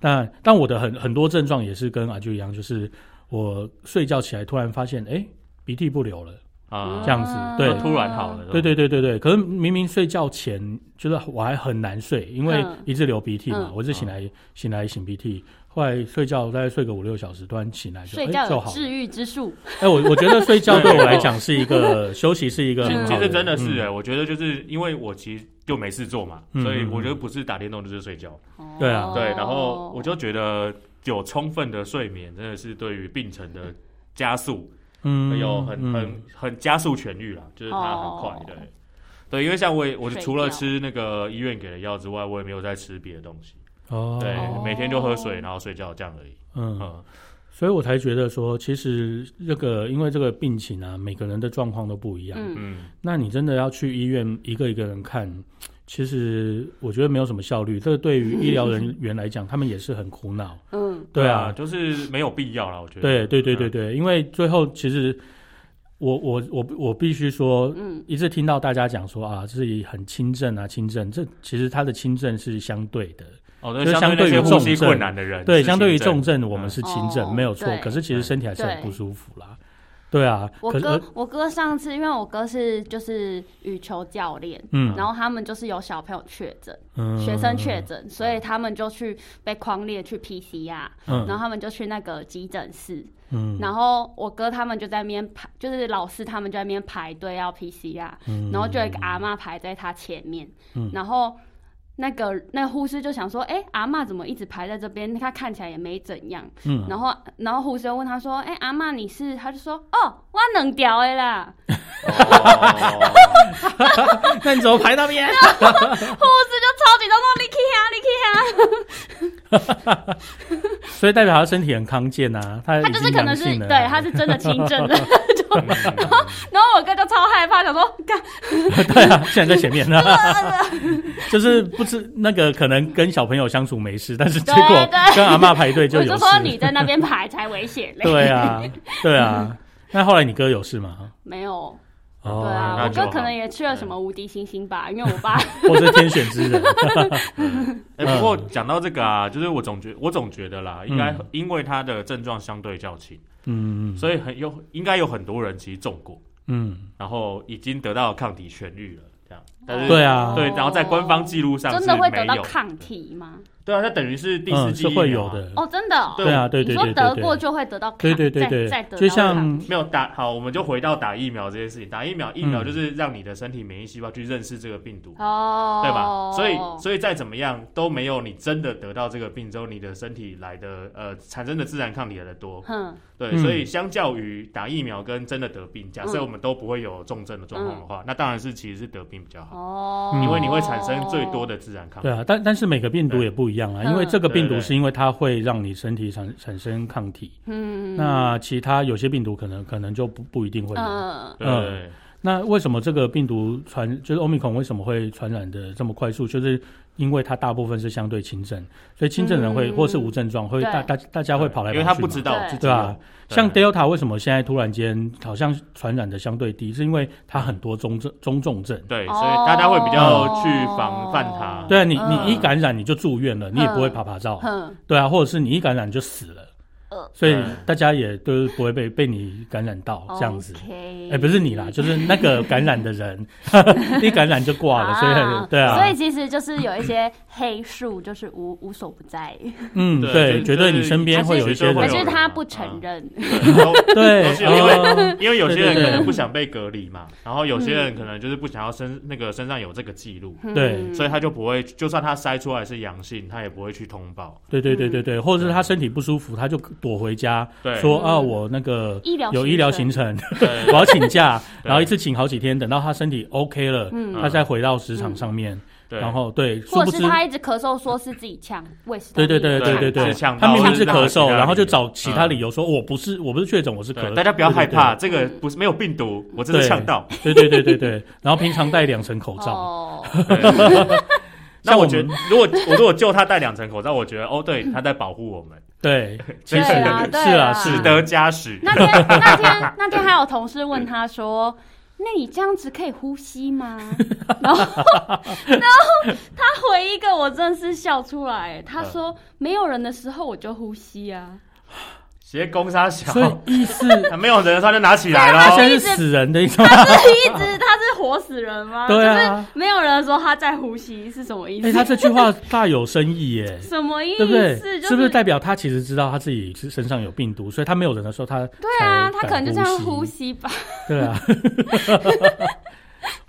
[SPEAKER 3] 但但我的很很多症状也是跟阿舅一样，就是我睡觉起来突然发现，哎、鼻涕不流了。
[SPEAKER 1] 啊
[SPEAKER 2] 嗯
[SPEAKER 3] 这样子对
[SPEAKER 1] 突然好了，
[SPEAKER 3] 对对对对对，可是明明睡觉前就是我还很难睡，因为
[SPEAKER 2] 嗯
[SPEAKER 3] 一直流鼻涕嘛，
[SPEAKER 2] 嗯
[SPEAKER 3] 我一直醒来醒来擤鼻涕，后来睡觉大概睡个五六小时，突然醒来就
[SPEAKER 2] 睡
[SPEAKER 3] 哎
[SPEAKER 2] 觉
[SPEAKER 3] 就
[SPEAKER 2] 有
[SPEAKER 3] 好了。
[SPEAKER 2] 治愈之术，
[SPEAKER 3] 哎，我我觉得睡觉对我
[SPEAKER 1] 对
[SPEAKER 3] 来讲是一 个休息，是一个
[SPEAKER 1] 其
[SPEAKER 3] 很
[SPEAKER 1] 其
[SPEAKER 3] 好
[SPEAKER 1] 实真的是哎，
[SPEAKER 3] 嗯
[SPEAKER 1] 我觉得就是因为我其实就没事做嘛，
[SPEAKER 3] 嗯
[SPEAKER 1] 所以
[SPEAKER 3] 嗯
[SPEAKER 1] 我觉得不是打电动就是睡觉，
[SPEAKER 2] 哦
[SPEAKER 3] 对啊
[SPEAKER 1] 对，然后
[SPEAKER 2] 嗯
[SPEAKER 1] 我就觉得有充分的睡眠真的是对于病程的加速。
[SPEAKER 3] 嗯
[SPEAKER 1] 有哎很、
[SPEAKER 3] 嗯
[SPEAKER 1] 很很加速痊愈啦，就是它很快，
[SPEAKER 2] 哦
[SPEAKER 1] 对对，因为像我也我
[SPEAKER 2] 睡
[SPEAKER 1] 除了
[SPEAKER 2] 觉
[SPEAKER 1] 吃那个医院给的药之外，我也没有再吃别的东西，
[SPEAKER 3] 哦
[SPEAKER 1] 对，
[SPEAKER 2] 哦
[SPEAKER 1] 每天就喝水然后睡觉这样而已，
[SPEAKER 3] 嗯，
[SPEAKER 1] 嗯，
[SPEAKER 3] 所以我才觉得说，其实这个因为这个病情啊，每个人的状况都不一样。
[SPEAKER 2] 嗯
[SPEAKER 1] 嗯
[SPEAKER 3] 那你真的要去医院一个一个人看，其实我觉得没有什么效率。这个对于医疗人员来讲，他们也是很苦恼。
[SPEAKER 2] 嗯，
[SPEAKER 3] 对
[SPEAKER 1] 啊，
[SPEAKER 3] 啊，
[SPEAKER 1] 就是没有必要啦，我觉得。
[SPEAKER 3] 对对对对
[SPEAKER 1] 嗯，
[SPEAKER 3] 对，因为最后其实我我我我必须说，
[SPEAKER 2] 嗯
[SPEAKER 3] 一直听到大家讲说啊，这是很轻症啊，轻症，这其实它的轻症是相对的，
[SPEAKER 1] 哦，对
[SPEAKER 3] 就是
[SPEAKER 1] 相
[SPEAKER 3] 相对于
[SPEAKER 1] 那些呼吸
[SPEAKER 3] 重症
[SPEAKER 1] 困难的人，
[SPEAKER 3] 对，
[SPEAKER 1] 是
[SPEAKER 3] 相对于
[SPEAKER 1] 轻症
[SPEAKER 3] 重症，我们
[SPEAKER 1] 嗯
[SPEAKER 3] 是轻症、
[SPEAKER 2] 哦
[SPEAKER 3] 没有错
[SPEAKER 2] 对，
[SPEAKER 3] 可是其实身体还是很
[SPEAKER 2] 对
[SPEAKER 3] 不舒服啦。对啊，
[SPEAKER 2] 我
[SPEAKER 3] 可是
[SPEAKER 2] 哥我哥上次，因为我哥是就是羽球教练，
[SPEAKER 3] 嗯
[SPEAKER 2] 然后他们就是有小朋友确诊，
[SPEAKER 3] 嗯
[SPEAKER 2] 学生确诊，所
[SPEAKER 1] 嗯
[SPEAKER 2] 以他们就去被框列去 PCR，
[SPEAKER 3] 嗯
[SPEAKER 2] 然后他们就去那个急诊室，
[SPEAKER 3] 嗯
[SPEAKER 2] 然后我哥他们就在那边排，就是老师他们就在那边排队要 PCR，、
[SPEAKER 3] 嗯
[SPEAKER 2] 然后就有一个阿嬷排在他前面，
[SPEAKER 3] 嗯
[SPEAKER 2] 然后那个那个护士就想说，哎、阿嬷怎么一直排在这边？她看起来也没怎样。
[SPEAKER 3] 嗯
[SPEAKER 2] 然后然后护士就问他说，哎、阿嬷你是？他就说，哦，我能掉的啦。
[SPEAKER 1] 哦
[SPEAKER 3] 嗯 那你怎么排 那边？
[SPEAKER 2] 护士就超级动怒，你去啊，你去啊。
[SPEAKER 3] 所以代表他身体很康健啊，他
[SPEAKER 2] 他
[SPEAKER 3] 已
[SPEAKER 2] 就是
[SPEAKER 3] 经
[SPEAKER 2] 可能
[SPEAKER 3] 阳
[SPEAKER 2] 是
[SPEAKER 3] 性了啊嗯
[SPEAKER 2] 对，他是真的轻症的。 就
[SPEAKER 1] 嗯
[SPEAKER 2] 然后我哥就超害怕，想说，干，
[SPEAKER 3] 对啊，现在在前面呢， 就是不知那个可能跟小朋友相处没事，但是结
[SPEAKER 2] 对
[SPEAKER 3] 果
[SPEAKER 2] 对
[SPEAKER 3] 跟阿嬷排队就
[SPEAKER 2] 我
[SPEAKER 3] 有
[SPEAKER 2] 就
[SPEAKER 3] 事。
[SPEAKER 2] 说你在那边排才危险嘞。
[SPEAKER 3] 对啊，对 啊。那后来你哥有事吗？
[SPEAKER 2] 没有，
[SPEAKER 3] 哦，
[SPEAKER 2] 对啊，
[SPEAKER 1] 那
[SPEAKER 2] 我
[SPEAKER 1] 就
[SPEAKER 2] 哥
[SPEAKER 1] 好
[SPEAKER 2] 可能也去了什么无敌星星吧，因 为我爸
[SPEAKER 3] 我是天选 之人。
[SPEAKER 1] 哎、不过讲到这个啊，就是我总觉我总觉得啦，应该
[SPEAKER 3] 嗯
[SPEAKER 1] 因为他的症状相对较轻，
[SPEAKER 3] 嗯
[SPEAKER 1] 所以很有应该有很多人其实中过，
[SPEAKER 3] 嗯，
[SPEAKER 1] 然后已经得到抗体痊愈了，这样。但是
[SPEAKER 3] 对啊
[SPEAKER 1] 对，然后在官方记录上
[SPEAKER 2] 真
[SPEAKER 1] 是
[SPEAKER 2] 的会
[SPEAKER 1] 没
[SPEAKER 2] 得到
[SPEAKER 1] 有
[SPEAKER 2] 抗体吗？
[SPEAKER 1] 对啊，那等于是第四
[SPEAKER 3] 嗯
[SPEAKER 1] 季、
[SPEAKER 3] 是会有，的。
[SPEAKER 2] 哦，真的哦，
[SPEAKER 1] 对
[SPEAKER 3] 对啊，对
[SPEAKER 2] 你
[SPEAKER 3] 对
[SPEAKER 2] 说
[SPEAKER 3] 对对
[SPEAKER 2] 得过
[SPEAKER 3] 对，
[SPEAKER 2] 就会得到抗，
[SPEAKER 3] 对对对
[SPEAKER 2] 再再得
[SPEAKER 3] 对，
[SPEAKER 2] 到
[SPEAKER 3] 就
[SPEAKER 2] 抗
[SPEAKER 3] 像
[SPEAKER 1] 没有打好，我们就回到打疫苗这件事情。打疫苗，疫苗
[SPEAKER 3] 嗯
[SPEAKER 1] 就是让你的身体免疫细胞去认识这个病毒，
[SPEAKER 2] 哦，
[SPEAKER 1] 对吧？所以，所以再怎么样都没有你真的得到这个病之后，你的身体来的呃产生的自然抗体来的多。
[SPEAKER 2] 哼，
[SPEAKER 1] 对，
[SPEAKER 3] 嗯
[SPEAKER 1] 所以相较于打疫苗跟真的得病，假设
[SPEAKER 2] 嗯
[SPEAKER 1] 我们都不会有重症的状况的话，那当然是其实是得病比较好，
[SPEAKER 2] 哦，
[SPEAKER 3] 嗯
[SPEAKER 1] 因为你会产生最多的自然抗体
[SPEAKER 3] 对。啊，但但是每个病毒
[SPEAKER 1] 对
[SPEAKER 3] 也不一样啊，
[SPEAKER 2] 嗯
[SPEAKER 3] 因为这个病
[SPEAKER 1] 对
[SPEAKER 3] 毒
[SPEAKER 1] 对
[SPEAKER 3] 是因为它会让你身体产产生抗体，
[SPEAKER 2] 嗯，嗯，
[SPEAKER 3] 那其他有些病毒可能可能就不不一定会有。
[SPEAKER 2] 嗯，
[SPEAKER 3] 啊
[SPEAKER 1] 对对对
[SPEAKER 3] 那为什么这个病毒传就是欧米孔为什么会传染的这么快速？就是因为它大部分是相对轻症，所以轻症人会、
[SPEAKER 2] 嗯
[SPEAKER 3] 或是无症状，会
[SPEAKER 2] 对
[SPEAKER 3] 大大大家会跑来跑去
[SPEAKER 1] 因
[SPEAKER 3] 嘛，
[SPEAKER 1] 为他不知道
[SPEAKER 2] 对
[SPEAKER 1] 自己
[SPEAKER 3] 对
[SPEAKER 1] 有
[SPEAKER 3] 啊。像 Delta 为什么现在突然间好像传染的相对低，是因为它很多中症中重症。
[SPEAKER 1] 对，
[SPEAKER 2] 哦
[SPEAKER 1] 所以大家会比较去防范它。
[SPEAKER 3] 对啊，你
[SPEAKER 2] 嗯
[SPEAKER 3] 你一感染你就住院了，你也不会爬爬照。
[SPEAKER 2] 哼，
[SPEAKER 3] 对啊，或者是你一感染就死了
[SPEAKER 2] 呃，
[SPEAKER 3] 所以
[SPEAKER 1] 嗯
[SPEAKER 3] 大家也都不会被被你感染到这样子。
[SPEAKER 2] 哦 OK，啊
[SPEAKER 3] 哎、不是
[SPEAKER 2] 嗯
[SPEAKER 3] 你啦，就是那个感染 的人，一感染就挂了，所以很对啊，
[SPEAKER 2] 所以其实就是有一些黑数，就是无无所不 在，
[SPEAKER 3] 嗯，
[SPEAKER 1] 对
[SPEAKER 3] 对，
[SPEAKER 1] 就
[SPEAKER 3] 绝对你身边会有一些
[SPEAKER 1] 会有
[SPEAKER 2] 可
[SPEAKER 1] 人
[SPEAKER 2] 是
[SPEAKER 1] 啊
[SPEAKER 3] 人，
[SPEAKER 2] 他不承认，
[SPEAKER 1] 对 都
[SPEAKER 3] 对
[SPEAKER 1] 都，是因为
[SPEAKER 3] 哦
[SPEAKER 1] 因为有些人
[SPEAKER 3] 对对对
[SPEAKER 1] 可能不想被隔离嘛，然后有些人可能就是不想要身那个身上有这个记录，
[SPEAKER 2] 嗯
[SPEAKER 3] 对
[SPEAKER 1] 所以他就不会，就算他筛出来是阳性，他也不会去通报。
[SPEAKER 3] 对对对对对，或者是他身体不舒服，他就躲回家，
[SPEAKER 1] 嗯对，
[SPEAKER 3] 说啊，
[SPEAKER 2] 嗯
[SPEAKER 3] 我那个
[SPEAKER 2] 医疗
[SPEAKER 3] 有医疗行程，
[SPEAKER 1] 对
[SPEAKER 3] 我要请假，
[SPEAKER 1] 对
[SPEAKER 3] 然后一次请好几天，等到他身体 OK 了，
[SPEAKER 2] 嗯
[SPEAKER 3] 他再回到职场上面，
[SPEAKER 1] 对
[SPEAKER 3] 然后对，殊
[SPEAKER 2] 或
[SPEAKER 3] 不
[SPEAKER 2] 者
[SPEAKER 3] 知
[SPEAKER 2] 是他一直咳嗽，说是自己呛，胃食道
[SPEAKER 3] 对对
[SPEAKER 2] 逆
[SPEAKER 3] 对
[SPEAKER 2] 流
[SPEAKER 3] 对对
[SPEAKER 1] 是
[SPEAKER 3] 对
[SPEAKER 1] 呛，到
[SPEAKER 3] 他明明
[SPEAKER 1] 是
[SPEAKER 3] 是
[SPEAKER 1] 让他
[SPEAKER 3] 咳
[SPEAKER 1] 其
[SPEAKER 3] 嗽，
[SPEAKER 1] 他
[SPEAKER 3] 然后就
[SPEAKER 1] 理由
[SPEAKER 3] 找其他理由说我不是我不是确诊，我是
[SPEAKER 1] 对，
[SPEAKER 3] 咳。
[SPEAKER 1] 大家不要害
[SPEAKER 3] 对对对
[SPEAKER 1] 怕，这个不是没有病毒，我真的
[SPEAKER 3] 对
[SPEAKER 1] 呛到。
[SPEAKER 3] 对对对对对，然后平常戴两层口罩，
[SPEAKER 2] 哦，
[SPEAKER 1] 那
[SPEAKER 3] 像
[SPEAKER 1] 我
[SPEAKER 3] 我
[SPEAKER 1] 觉
[SPEAKER 3] 们
[SPEAKER 1] 得，如果我如果就他戴两层口罩，我觉得哦，对，他在保护我们，
[SPEAKER 3] 对，
[SPEAKER 2] 对
[SPEAKER 1] 真
[SPEAKER 3] 其实
[SPEAKER 2] 啊，对
[SPEAKER 3] 是
[SPEAKER 2] 啊，
[SPEAKER 3] 啊
[SPEAKER 1] 值得嘉许。
[SPEAKER 2] 那天那天那天还有同事问他说：“那你这样子可以呼吸吗？”然后然后他回一个我真的是笑出来，他
[SPEAKER 3] 嗯
[SPEAKER 2] 说：“没有人的时候我就呼吸 啊。
[SPEAKER 1] 斜攻杀小，
[SPEAKER 3] 所以意思
[SPEAKER 1] 啊没有人的时候就拿起来
[SPEAKER 3] 他
[SPEAKER 1] 了。
[SPEAKER 3] 现在是死人的意思吗？”
[SPEAKER 2] 是一直他是活死人吗？
[SPEAKER 3] 对
[SPEAKER 2] 就
[SPEAKER 3] 啊
[SPEAKER 2] 是，没有人的时候他在呼吸是什么意
[SPEAKER 3] 哎，
[SPEAKER 2] 思？
[SPEAKER 3] 他这句话大有深意
[SPEAKER 2] 。
[SPEAKER 3] 耶
[SPEAKER 2] 什么意思？
[SPEAKER 3] 对不对？
[SPEAKER 2] 就是
[SPEAKER 3] 不是代表他其实知道他自己身上有病毒，所以他没有人的时候，他对
[SPEAKER 2] 对啊，他可能就这样呼，吸吧。
[SPEAKER 3] 对 啊。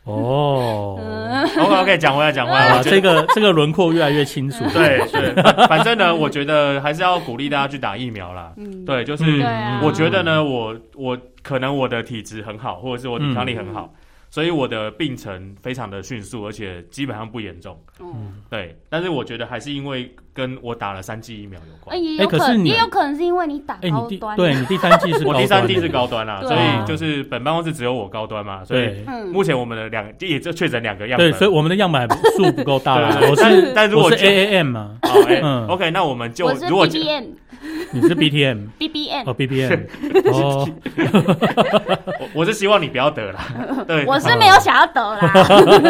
[SPEAKER 3] 哦，
[SPEAKER 2] 嗯，
[SPEAKER 1] OK OK，讲回来，讲回来，
[SPEAKER 3] 啊，
[SPEAKER 1] 我觉得
[SPEAKER 3] 这个这个轮廓越来越清楚。
[SPEAKER 1] 对对，反反正呢，我觉得还是要鼓励大家去打疫苗啦。
[SPEAKER 2] 嗯
[SPEAKER 1] 对，就是
[SPEAKER 3] 嗯
[SPEAKER 2] 对啊
[SPEAKER 1] 我觉得呢，我我可能我的体质很好，或者是我抵抗力很
[SPEAKER 3] 嗯
[SPEAKER 1] 好，所以我的病程非常的迅速，而且基本上不严重。
[SPEAKER 2] 嗯
[SPEAKER 1] 对，但是我觉得还是因为跟我打了三剂疫苗有
[SPEAKER 2] 哎，
[SPEAKER 1] 关。
[SPEAKER 2] 也有
[SPEAKER 3] 哎可
[SPEAKER 2] 能
[SPEAKER 3] 是你
[SPEAKER 2] 也有可能是因为你打
[SPEAKER 3] 哎，
[SPEAKER 2] 高
[SPEAKER 3] 你第
[SPEAKER 2] 端，
[SPEAKER 3] 对你第三季是高
[SPEAKER 1] 我
[SPEAKER 3] 端
[SPEAKER 1] 第三
[SPEAKER 3] 的
[SPEAKER 1] 季是高端啦、
[SPEAKER 2] 对
[SPEAKER 1] 所
[SPEAKER 3] 啊
[SPEAKER 1] 以就是本办公室只有我高端嘛，所以
[SPEAKER 3] 对
[SPEAKER 2] 嗯，
[SPEAKER 1] 目前我们的两也就确诊两个样本。
[SPEAKER 3] 对，所以我们的样板数不够大啦
[SPEAKER 1] 对对对
[SPEAKER 3] 我
[SPEAKER 1] 但
[SPEAKER 3] 是
[SPEAKER 1] 但如果
[SPEAKER 3] 我是
[SPEAKER 1] 就
[SPEAKER 3] A A M 嘛，
[SPEAKER 1] 好哎
[SPEAKER 3] 嗯
[SPEAKER 1] OK，那我们就
[SPEAKER 2] 我是
[SPEAKER 1] 如果
[SPEAKER 2] B B N
[SPEAKER 3] 你是 B T M
[SPEAKER 2] B B
[SPEAKER 3] 哦
[SPEAKER 2] N，
[SPEAKER 3] B B M 哦，
[SPEAKER 1] 我我是希望你不要得 啦，对。哦
[SPEAKER 2] 我是没有想要得啦。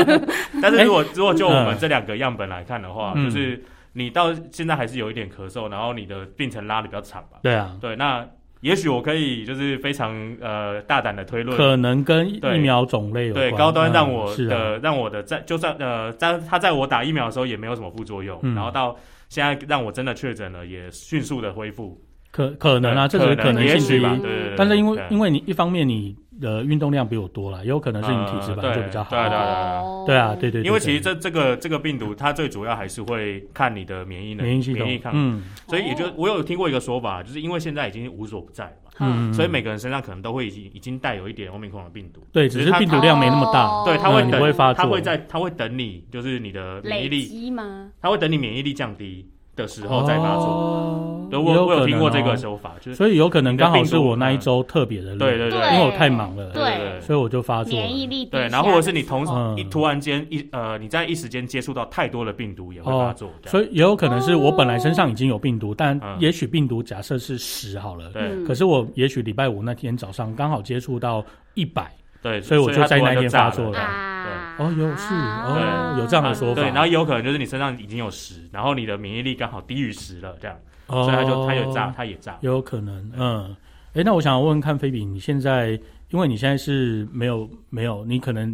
[SPEAKER 1] 但是
[SPEAKER 3] 哎
[SPEAKER 1] 如果如果就我们
[SPEAKER 3] 嗯
[SPEAKER 1] 这两个样本来看的话，
[SPEAKER 3] 嗯
[SPEAKER 1] 就是你到现在还是有一点咳嗽，然后你的病程拉的比较长吧。
[SPEAKER 3] 对啊，
[SPEAKER 1] 对，那也许我可以就是非常呃大胆的推论，
[SPEAKER 3] 可能跟疫
[SPEAKER 1] 对
[SPEAKER 3] 苗种类有
[SPEAKER 1] 对
[SPEAKER 3] 关
[SPEAKER 1] 高端
[SPEAKER 3] 嗯
[SPEAKER 1] 让我
[SPEAKER 3] 是啊
[SPEAKER 1] 的、让我的在就算呃在他在我打疫苗的时候也没有什么副作用，
[SPEAKER 3] 嗯
[SPEAKER 1] 然后到现在让我真的确诊了，也迅速的恢复。
[SPEAKER 3] 可可能啊，这只是可
[SPEAKER 1] 可
[SPEAKER 3] 能
[SPEAKER 1] 也
[SPEAKER 3] 性之
[SPEAKER 1] 许
[SPEAKER 3] 一。
[SPEAKER 1] 吧，对对对。
[SPEAKER 3] 但是因为因
[SPEAKER 1] 为
[SPEAKER 3] 为你一方面你的运动量比我多啦，也有可能是你体质本来就比较好。
[SPEAKER 1] 对啊对对嗯对
[SPEAKER 2] 哦
[SPEAKER 3] 对啊，对对对，
[SPEAKER 1] 因为其实
[SPEAKER 3] 对
[SPEAKER 1] 这这个这个病毒，它最主要还是会看你的免疫能
[SPEAKER 3] 免疫系统
[SPEAKER 1] 免疫，抗体，
[SPEAKER 3] 嗯
[SPEAKER 1] 所以也就
[SPEAKER 2] 哦
[SPEAKER 1] 我有听过一个说法，就是因为现在已经无所不在了嘛，
[SPEAKER 3] 嗯，
[SPEAKER 1] 所以每个人身上可能都会已经已经带有一点欧米克的病毒，
[SPEAKER 3] 对只是
[SPEAKER 1] 它
[SPEAKER 3] 病毒量没那么大，
[SPEAKER 2] 哦
[SPEAKER 1] 对它会
[SPEAKER 3] 嗯你
[SPEAKER 1] 等
[SPEAKER 3] 不会发作，
[SPEAKER 1] 它会在它会等你，就是你的免疫
[SPEAKER 2] 累
[SPEAKER 1] 力，
[SPEAKER 2] 积吗？
[SPEAKER 1] 它会等你免疫力降低的时候再发作。
[SPEAKER 3] 哦
[SPEAKER 1] 对，我有我有听过这个
[SPEAKER 3] 候，
[SPEAKER 1] 说法，就是
[SPEAKER 3] 哦所以有可能刚好
[SPEAKER 1] 你的
[SPEAKER 3] 是
[SPEAKER 1] 病毒嗯
[SPEAKER 3] 我那一周特别的累，
[SPEAKER 1] 对对
[SPEAKER 2] 对
[SPEAKER 3] 因为我太忙了，
[SPEAKER 2] 对
[SPEAKER 1] 对
[SPEAKER 3] 所以我就发作了
[SPEAKER 2] 免。疫力低
[SPEAKER 1] 对，
[SPEAKER 2] 下
[SPEAKER 1] 然后或者是你同时
[SPEAKER 2] 哦
[SPEAKER 3] 嗯
[SPEAKER 1] 一突然间一呃，你在一时间接触到太多的病毒也会发作，这样
[SPEAKER 3] 哦所以也有可能是我本来身上已经有病毒，但
[SPEAKER 1] 嗯
[SPEAKER 3] 也许病毒假设是十好了，
[SPEAKER 1] 对
[SPEAKER 2] 嗯
[SPEAKER 3] 可是我也许礼拜五那天早上刚好接触到一百，
[SPEAKER 1] 对，
[SPEAKER 3] 所以我就
[SPEAKER 1] 它突
[SPEAKER 3] 在那
[SPEAKER 1] 然
[SPEAKER 3] 一天
[SPEAKER 1] 炸
[SPEAKER 3] 发作了
[SPEAKER 2] 啊，
[SPEAKER 3] 哦，有是哦，
[SPEAKER 1] 对啊
[SPEAKER 3] 有这样的说法，
[SPEAKER 1] 对，然后也有可能就是你身上已经有十，然后你的免疫力刚好低于十了，这样，
[SPEAKER 3] 哦
[SPEAKER 1] 所以它就它也炸，它也炸。
[SPEAKER 3] 也有可能，嗯，哎，那我想问问看，菲比，你现在，因为你现在是没有没有，你可能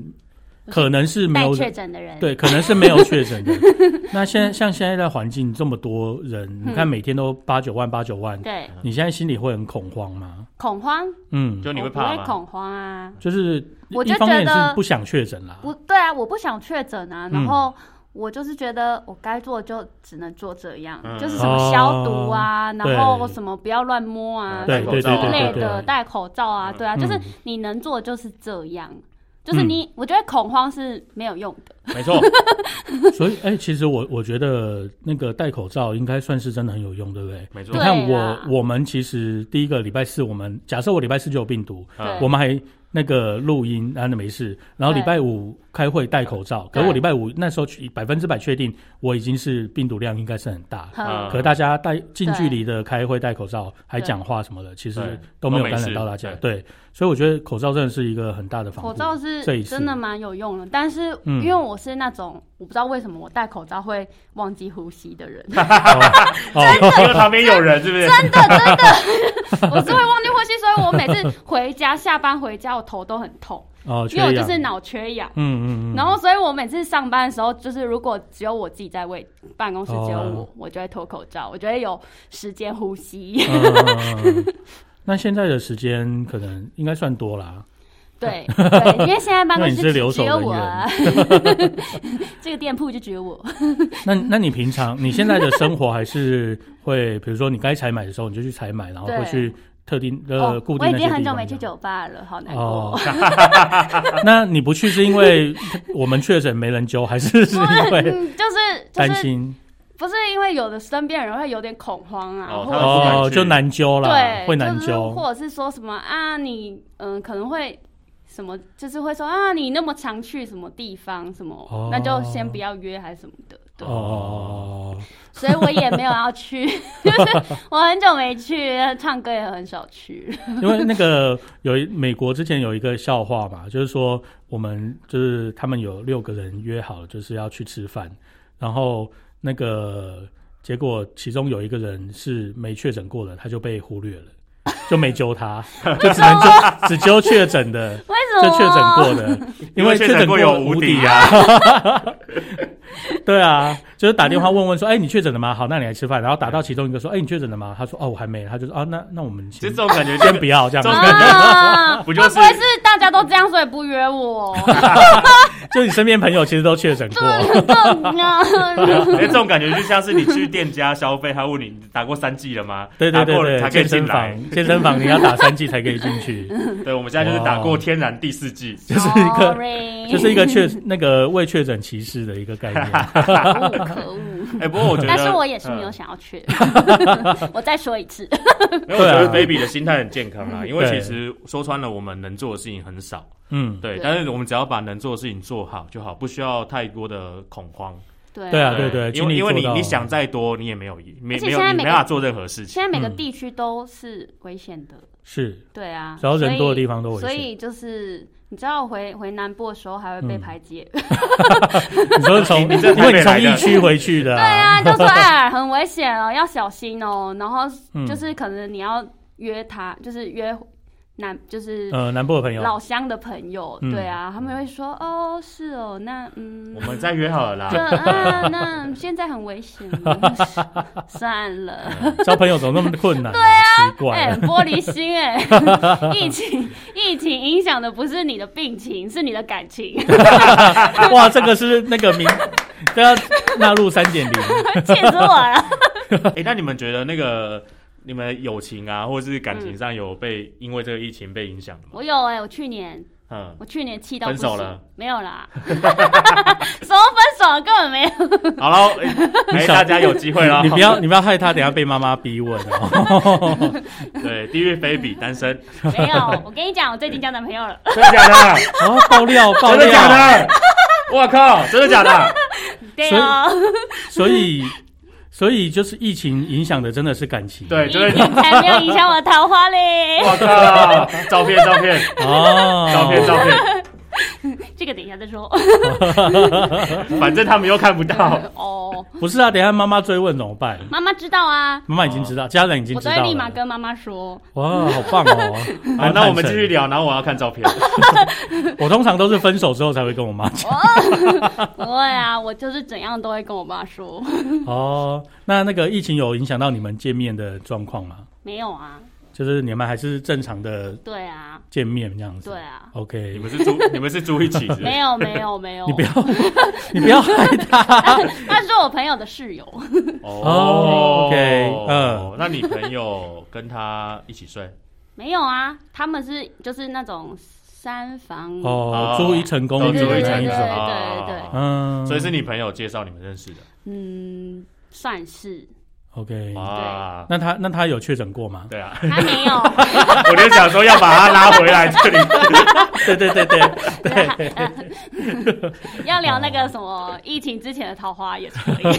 [SPEAKER 2] 不是
[SPEAKER 3] 可能是没
[SPEAKER 2] 带
[SPEAKER 3] 有
[SPEAKER 2] 确诊的人，
[SPEAKER 3] 对，可能是没有确诊的。那现在像现在的环境这么多人，你
[SPEAKER 2] 嗯
[SPEAKER 3] 看每天都八九万八九万，
[SPEAKER 2] 对
[SPEAKER 3] 你现在心里会很恐慌吗？
[SPEAKER 2] 恐慌，
[SPEAKER 3] 嗯，
[SPEAKER 1] 就你
[SPEAKER 2] 我
[SPEAKER 1] 会
[SPEAKER 2] 不
[SPEAKER 1] 怕
[SPEAKER 2] 会
[SPEAKER 1] 吗？
[SPEAKER 2] 恐慌啊。
[SPEAKER 3] 就是
[SPEAKER 2] 我
[SPEAKER 3] 一
[SPEAKER 2] 就
[SPEAKER 3] 方
[SPEAKER 2] 觉
[SPEAKER 3] 面是
[SPEAKER 2] 得
[SPEAKER 3] 不想确诊啦，
[SPEAKER 2] 不对啊，我不想确诊啊，然
[SPEAKER 3] 嗯
[SPEAKER 2] 后我就是觉得我该做就只能做这样，
[SPEAKER 1] 嗯
[SPEAKER 2] 就是什么消毒啊，
[SPEAKER 3] 对
[SPEAKER 2] 然后什么不要乱摸啊，
[SPEAKER 3] 哦对
[SPEAKER 1] 戴口
[SPEAKER 3] 对对
[SPEAKER 1] 罩啊
[SPEAKER 2] 之
[SPEAKER 3] 对
[SPEAKER 2] 类
[SPEAKER 3] 对
[SPEAKER 2] 的，
[SPEAKER 3] 对，
[SPEAKER 2] 戴口罩啊，
[SPEAKER 1] 嗯
[SPEAKER 2] 对啊，就是
[SPEAKER 3] 嗯
[SPEAKER 2] 你能做的就是这样，就是你，我觉得恐慌是没有用的，
[SPEAKER 1] 没错，
[SPEAKER 3] 所以，哎、其实我我觉得那个戴口罩应该算是真的很有用，对不对？
[SPEAKER 1] 没
[SPEAKER 3] 你
[SPEAKER 1] 错啊
[SPEAKER 2] 对。啊
[SPEAKER 3] 看我
[SPEAKER 2] 啦
[SPEAKER 3] 我们其实第一个礼拜四，我们假设我礼拜四就有病毒，
[SPEAKER 1] 嗯
[SPEAKER 2] 对
[SPEAKER 3] 我们还那个录音，啊，那没事。然后礼
[SPEAKER 2] 对
[SPEAKER 3] 拜五开会戴口罩，可
[SPEAKER 2] 对
[SPEAKER 3] 我礼拜五那时候去百分之百确定我已经是病毒量应该是很大，
[SPEAKER 1] 嗯
[SPEAKER 2] 哼
[SPEAKER 3] 可大家戴近距离的开会戴口罩，还讲话什么的，其实
[SPEAKER 1] 对
[SPEAKER 3] 都没有
[SPEAKER 1] 都没
[SPEAKER 3] 感染
[SPEAKER 1] 事
[SPEAKER 3] 到大家。
[SPEAKER 1] 对
[SPEAKER 3] 对，所以我觉得口罩真的是一个很大的防护。
[SPEAKER 2] 口罩
[SPEAKER 3] 这一
[SPEAKER 2] 是
[SPEAKER 3] 次
[SPEAKER 2] 真的蛮有用的，但是
[SPEAKER 3] 嗯
[SPEAKER 2] 因为我是那种我不知道为什么我戴口罩会忘记呼吸的 人，
[SPEAKER 3] 哦，
[SPEAKER 1] 因为旁边有人，是不是？
[SPEAKER 2] 真的真的，我是会忘记呼吸，所以我每次回家下班回家我头都很痛，
[SPEAKER 3] 哦，
[SPEAKER 2] 因为我
[SPEAKER 3] 缺
[SPEAKER 2] 就
[SPEAKER 3] 氧
[SPEAKER 2] 是脑缺氧。
[SPEAKER 3] 嗯嗯嗯，
[SPEAKER 2] 然后，所以我每次上班的时候，就是如果只有我自己在位办公室，只有我，
[SPEAKER 3] 哦
[SPEAKER 2] 我就会脱口罩，我就会有时间呼吸。
[SPEAKER 3] 嗯，那现在的时间可能应该算多啦。
[SPEAKER 2] 对，对，因为现在办公
[SPEAKER 3] 因为你是
[SPEAKER 2] 室
[SPEAKER 3] 留
[SPEAKER 2] 只
[SPEAKER 3] 守
[SPEAKER 2] 只有我
[SPEAKER 3] 人员
[SPEAKER 2] 啊， 这个店铺就只有我。
[SPEAKER 3] 那那你平常你现在的生活还是会，比如说你该采买的时候你就去采买，然后
[SPEAKER 2] 对
[SPEAKER 3] 会去特定呃
[SPEAKER 2] 哦
[SPEAKER 3] 固，定
[SPEAKER 2] 我已
[SPEAKER 3] 那些
[SPEAKER 2] 经
[SPEAKER 3] 地
[SPEAKER 2] 很久
[SPEAKER 3] 方
[SPEAKER 2] 没去
[SPEAKER 3] 这样
[SPEAKER 2] 酒吧了，好难
[SPEAKER 3] 哦
[SPEAKER 2] 过。，
[SPEAKER 3] 那你不去是因为我们确诊没人揪，还是是因为
[SPEAKER 2] 嗯， 就是就
[SPEAKER 3] 担
[SPEAKER 2] 是
[SPEAKER 3] 心
[SPEAKER 2] 不是因为有的身边人会有点恐慌啊，
[SPEAKER 1] 哦
[SPEAKER 2] 或
[SPEAKER 1] 他们
[SPEAKER 2] 者
[SPEAKER 1] 不
[SPEAKER 2] 是
[SPEAKER 1] 敢
[SPEAKER 3] 哦
[SPEAKER 1] 去
[SPEAKER 3] 就难揪啦，
[SPEAKER 2] 对，
[SPEAKER 3] 会难
[SPEAKER 2] 就是
[SPEAKER 3] 揪。
[SPEAKER 2] 或者是说什么啊，你嗯、可能会什么，就是会说啊，你那么常去什么地方什么，
[SPEAKER 3] 哦
[SPEAKER 2] 那就先不要约还是什么的。对，
[SPEAKER 3] 哦，
[SPEAKER 2] 所以我也没有要 去，就是我很久没去，唱歌也很少去。
[SPEAKER 3] 因为那个有一美国之前有一个笑话嘛，就是说我们就是他们有六个人约好，就是要去吃饭，然后那个结果其中有一个人是没确诊过的，他就被忽略了。就没揪他， 就只能揪只揪确诊的，
[SPEAKER 2] 为什
[SPEAKER 3] 就
[SPEAKER 2] 么？
[SPEAKER 3] 确诊过的， 因为
[SPEAKER 1] 确
[SPEAKER 3] 确
[SPEAKER 1] 诊
[SPEAKER 3] 诊
[SPEAKER 1] 过
[SPEAKER 3] 过
[SPEAKER 1] 有
[SPEAKER 3] 无
[SPEAKER 1] 无
[SPEAKER 3] 敌
[SPEAKER 1] 敌
[SPEAKER 3] 啊。对啊，就是打电话问问说，哎、你确诊了吗？好，那你来吃饭。然后打到其中一个说，哎、你确诊了吗？他说，哦，我还没。他就说，哦，那那我们
[SPEAKER 1] 就
[SPEAKER 3] 先
[SPEAKER 1] 这种感觉，
[SPEAKER 3] 先不要这样子
[SPEAKER 1] 这。种
[SPEAKER 2] 啊，
[SPEAKER 1] 不就是
[SPEAKER 2] 会不会是大家都这样，所以不约我？
[SPEAKER 3] 就你身边朋友其实都确诊过，
[SPEAKER 2] 嗯啊
[SPEAKER 1] 因哎为这种感觉就像是你去店家消费，他问你你打过三剂了吗？
[SPEAKER 3] 对对
[SPEAKER 1] 打
[SPEAKER 3] 对
[SPEAKER 1] 过了才可
[SPEAKER 3] 对，
[SPEAKER 1] 以
[SPEAKER 3] 健
[SPEAKER 1] 进
[SPEAKER 3] 身
[SPEAKER 1] 来。
[SPEAKER 3] 房健身房你要打三剂才可以进去，
[SPEAKER 1] 对，我们现在就是打
[SPEAKER 3] 哇
[SPEAKER 1] 过天然第四剂。
[SPEAKER 3] 就是一个
[SPEAKER 2] Sorry
[SPEAKER 3] 就是一个确那个未确诊歧视的一个概念。
[SPEAKER 2] 可恶可恶。
[SPEAKER 1] 哎，不过我觉得，嗯
[SPEAKER 3] 啊
[SPEAKER 2] 但是我也是没有想要去。
[SPEAKER 3] 嗯
[SPEAKER 2] 我再说一次，
[SPEAKER 1] 没有，我觉
[SPEAKER 3] 对
[SPEAKER 1] 得
[SPEAKER 3] 啊
[SPEAKER 1] baby 的心态很健康啊啦，因为
[SPEAKER 3] 对
[SPEAKER 1] 其实说穿了，我们能做的事情很少，
[SPEAKER 3] 嗯，
[SPEAKER 1] 对，
[SPEAKER 2] 对
[SPEAKER 1] 但是我们只要把能做的事情做好就好，不需要太多的恐慌。
[SPEAKER 2] 对
[SPEAKER 3] 对啊对
[SPEAKER 1] 因为
[SPEAKER 3] 尽
[SPEAKER 1] 因
[SPEAKER 3] 力
[SPEAKER 1] 为
[SPEAKER 3] 做
[SPEAKER 1] 你
[SPEAKER 3] 到
[SPEAKER 1] 你想再多，你也没有没
[SPEAKER 2] 而且
[SPEAKER 1] 没
[SPEAKER 2] 现
[SPEAKER 1] 有
[SPEAKER 2] 在
[SPEAKER 1] 你没
[SPEAKER 2] 每个
[SPEAKER 1] 办法做任何事情。
[SPEAKER 2] 现在每个
[SPEAKER 3] 嗯
[SPEAKER 2] 地区都是危险的，
[SPEAKER 3] 是，
[SPEAKER 2] 对啊，
[SPEAKER 3] 嗯只要人多的地
[SPEAKER 2] 方
[SPEAKER 3] 方都危
[SPEAKER 2] 所
[SPEAKER 3] 险。
[SPEAKER 2] 以就是你知道回回南部的时候还会被排挤，
[SPEAKER 3] 嗯你说从，
[SPEAKER 1] 你这
[SPEAKER 3] 因
[SPEAKER 1] 台
[SPEAKER 3] 为
[SPEAKER 1] 北
[SPEAKER 3] 你从
[SPEAKER 1] 来的
[SPEAKER 3] 疫区回去的、
[SPEAKER 2] 对啊，就说哎很危险哦，要小心哦，然后
[SPEAKER 3] 嗯
[SPEAKER 2] 就是可能你要约他，就是约南就是
[SPEAKER 3] 呃，南部的朋友，
[SPEAKER 2] 老乡的朋友，
[SPEAKER 3] 嗯
[SPEAKER 2] 对啊，他们会说哦是哦，那嗯
[SPEAKER 1] 我。们再约好了
[SPEAKER 2] 就
[SPEAKER 1] 啦，
[SPEAKER 2] 啊，那现在很危险了， 算 了。
[SPEAKER 3] 交朋友怎么那么困难、对啊，奇怪、
[SPEAKER 2] 哎、玻璃心哎、 疫情疫情影响的不是你的病情，是你的感情，
[SPEAKER 3] 哇，这个是那个名，都要纳入三点零。
[SPEAKER 2] 气死我了。
[SPEAKER 1] 哎，那你们觉得那个你们友情啊，或者是感情上有被因为这个疫情被影响的吗？
[SPEAKER 2] 我有哎、我去年
[SPEAKER 1] 嗯，
[SPEAKER 2] 我去年气到不行
[SPEAKER 1] 分手了，
[SPEAKER 2] 没有啦， 什么分手根 本没有。
[SPEAKER 1] 好了， 哎，大家有机会啦，
[SPEAKER 3] 你不要，你不要害他，等一下被妈妈逼问 哦。
[SPEAKER 1] 对地狱 baby 单 身，
[SPEAKER 2] 没有，我跟你讲，我最近交男朋友了。
[SPEAKER 1] 真的假的？
[SPEAKER 3] 哦，爆料，爆
[SPEAKER 1] 真的假
[SPEAKER 3] 料。
[SPEAKER 1] 的？我靠，真的假的？
[SPEAKER 2] 对哦，
[SPEAKER 3] 所以，所以就是疫情影响的真的是感情。
[SPEAKER 1] 对，
[SPEAKER 2] 疫
[SPEAKER 1] 就是
[SPEAKER 2] 情才没有影响我的桃 花嘞。
[SPEAKER 1] 我靠，照片照片
[SPEAKER 3] 哦，
[SPEAKER 1] 照片照片，
[SPEAKER 2] 这个等一下再说。
[SPEAKER 1] 反正他们又看不到。
[SPEAKER 2] 哦，
[SPEAKER 3] 不是啊，等一下妈妈追问怎么办？
[SPEAKER 2] 妈妈知道啊，
[SPEAKER 3] 妈妈已经
[SPEAKER 1] 哦
[SPEAKER 3] 知道，家人已经
[SPEAKER 2] 我
[SPEAKER 3] 知
[SPEAKER 2] 都
[SPEAKER 3] 道
[SPEAKER 2] 会
[SPEAKER 3] 了。
[SPEAKER 2] 立马跟妈妈说。
[SPEAKER 3] 哇，好棒 哦！
[SPEAKER 1] 好，那我们继续
[SPEAKER 3] 聊。
[SPEAKER 1] 聊，然后我要看照片。
[SPEAKER 3] 我通常都是分手之后才会跟我妈讲。
[SPEAKER 2] 不会啊， 我就是怎样都会跟我爸说。
[SPEAKER 3] 哦，那那个疫情有影响到你们见面的状况吗？
[SPEAKER 2] 没有啊，
[SPEAKER 3] 就是你们还是正常的
[SPEAKER 2] 对啊，
[SPEAKER 3] 见面这样子？
[SPEAKER 2] 对啊，
[SPEAKER 1] 你
[SPEAKER 3] OK，
[SPEAKER 1] 们是住你们是住一起是不是？
[SPEAKER 2] 没有没有没有
[SPEAKER 3] 你，不要， 你不要害他。
[SPEAKER 2] 他是我朋友的室友，
[SPEAKER 3] 哦，OK，嗯，
[SPEAKER 1] 那你朋友跟他一起睡？
[SPEAKER 2] 没有啊，他们是就是那种三房，
[SPEAKER 3] 哦，注意成功，
[SPEAKER 1] 都
[SPEAKER 2] 对
[SPEAKER 1] 住
[SPEAKER 2] 对
[SPEAKER 1] 一
[SPEAKER 3] 一
[SPEAKER 1] 起
[SPEAKER 3] 成
[SPEAKER 2] 对
[SPEAKER 3] 一
[SPEAKER 2] 对
[SPEAKER 3] 种。
[SPEAKER 1] 哦
[SPEAKER 3] 嗯，
[SPEAKER 1] 所以是你朋友介绍你们认识的
[SPEAKER 2] 嗯，算是
[SPEAKER 3] OK。
[SPEAKER 1] 哇？
[SPEAKER 3] 那他那他有确诊过吗？
[SPEAKER 1] 对啊，
[SPEAKER 2] 他没 有，
[SPEAKER 1] 我就想说要把他拉回来这里。
[SPEAKER 3] 对对对对，
[SPEAKER 2] 要聊那个什么疫情之前的桃花也可 以，我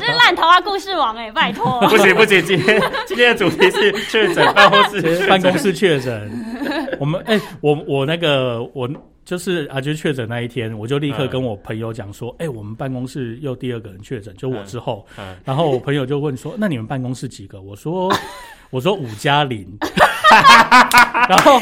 [SPEAKER 2] 是烂桃花故事王哎、拜 托，
[SPEAKER 1] 不行不行，今天今天的主题是确诊办公 室确诊
[SPEAKER 3] 办公室确诊。 我们哎、我我那个我就是啊，就是确诊那一天，我就立刻
[SPEAKER 1] 嗯
[SPEAKER 3] 跟我朋友讲说，哎、我们办公室又第二个人确诊，就我之后。
[SPEAKER 1] 嗯
[SPEAKER 3] 然后我朋友就问说：“那你们办公室几个？”我说：“我说五加零。” 然后，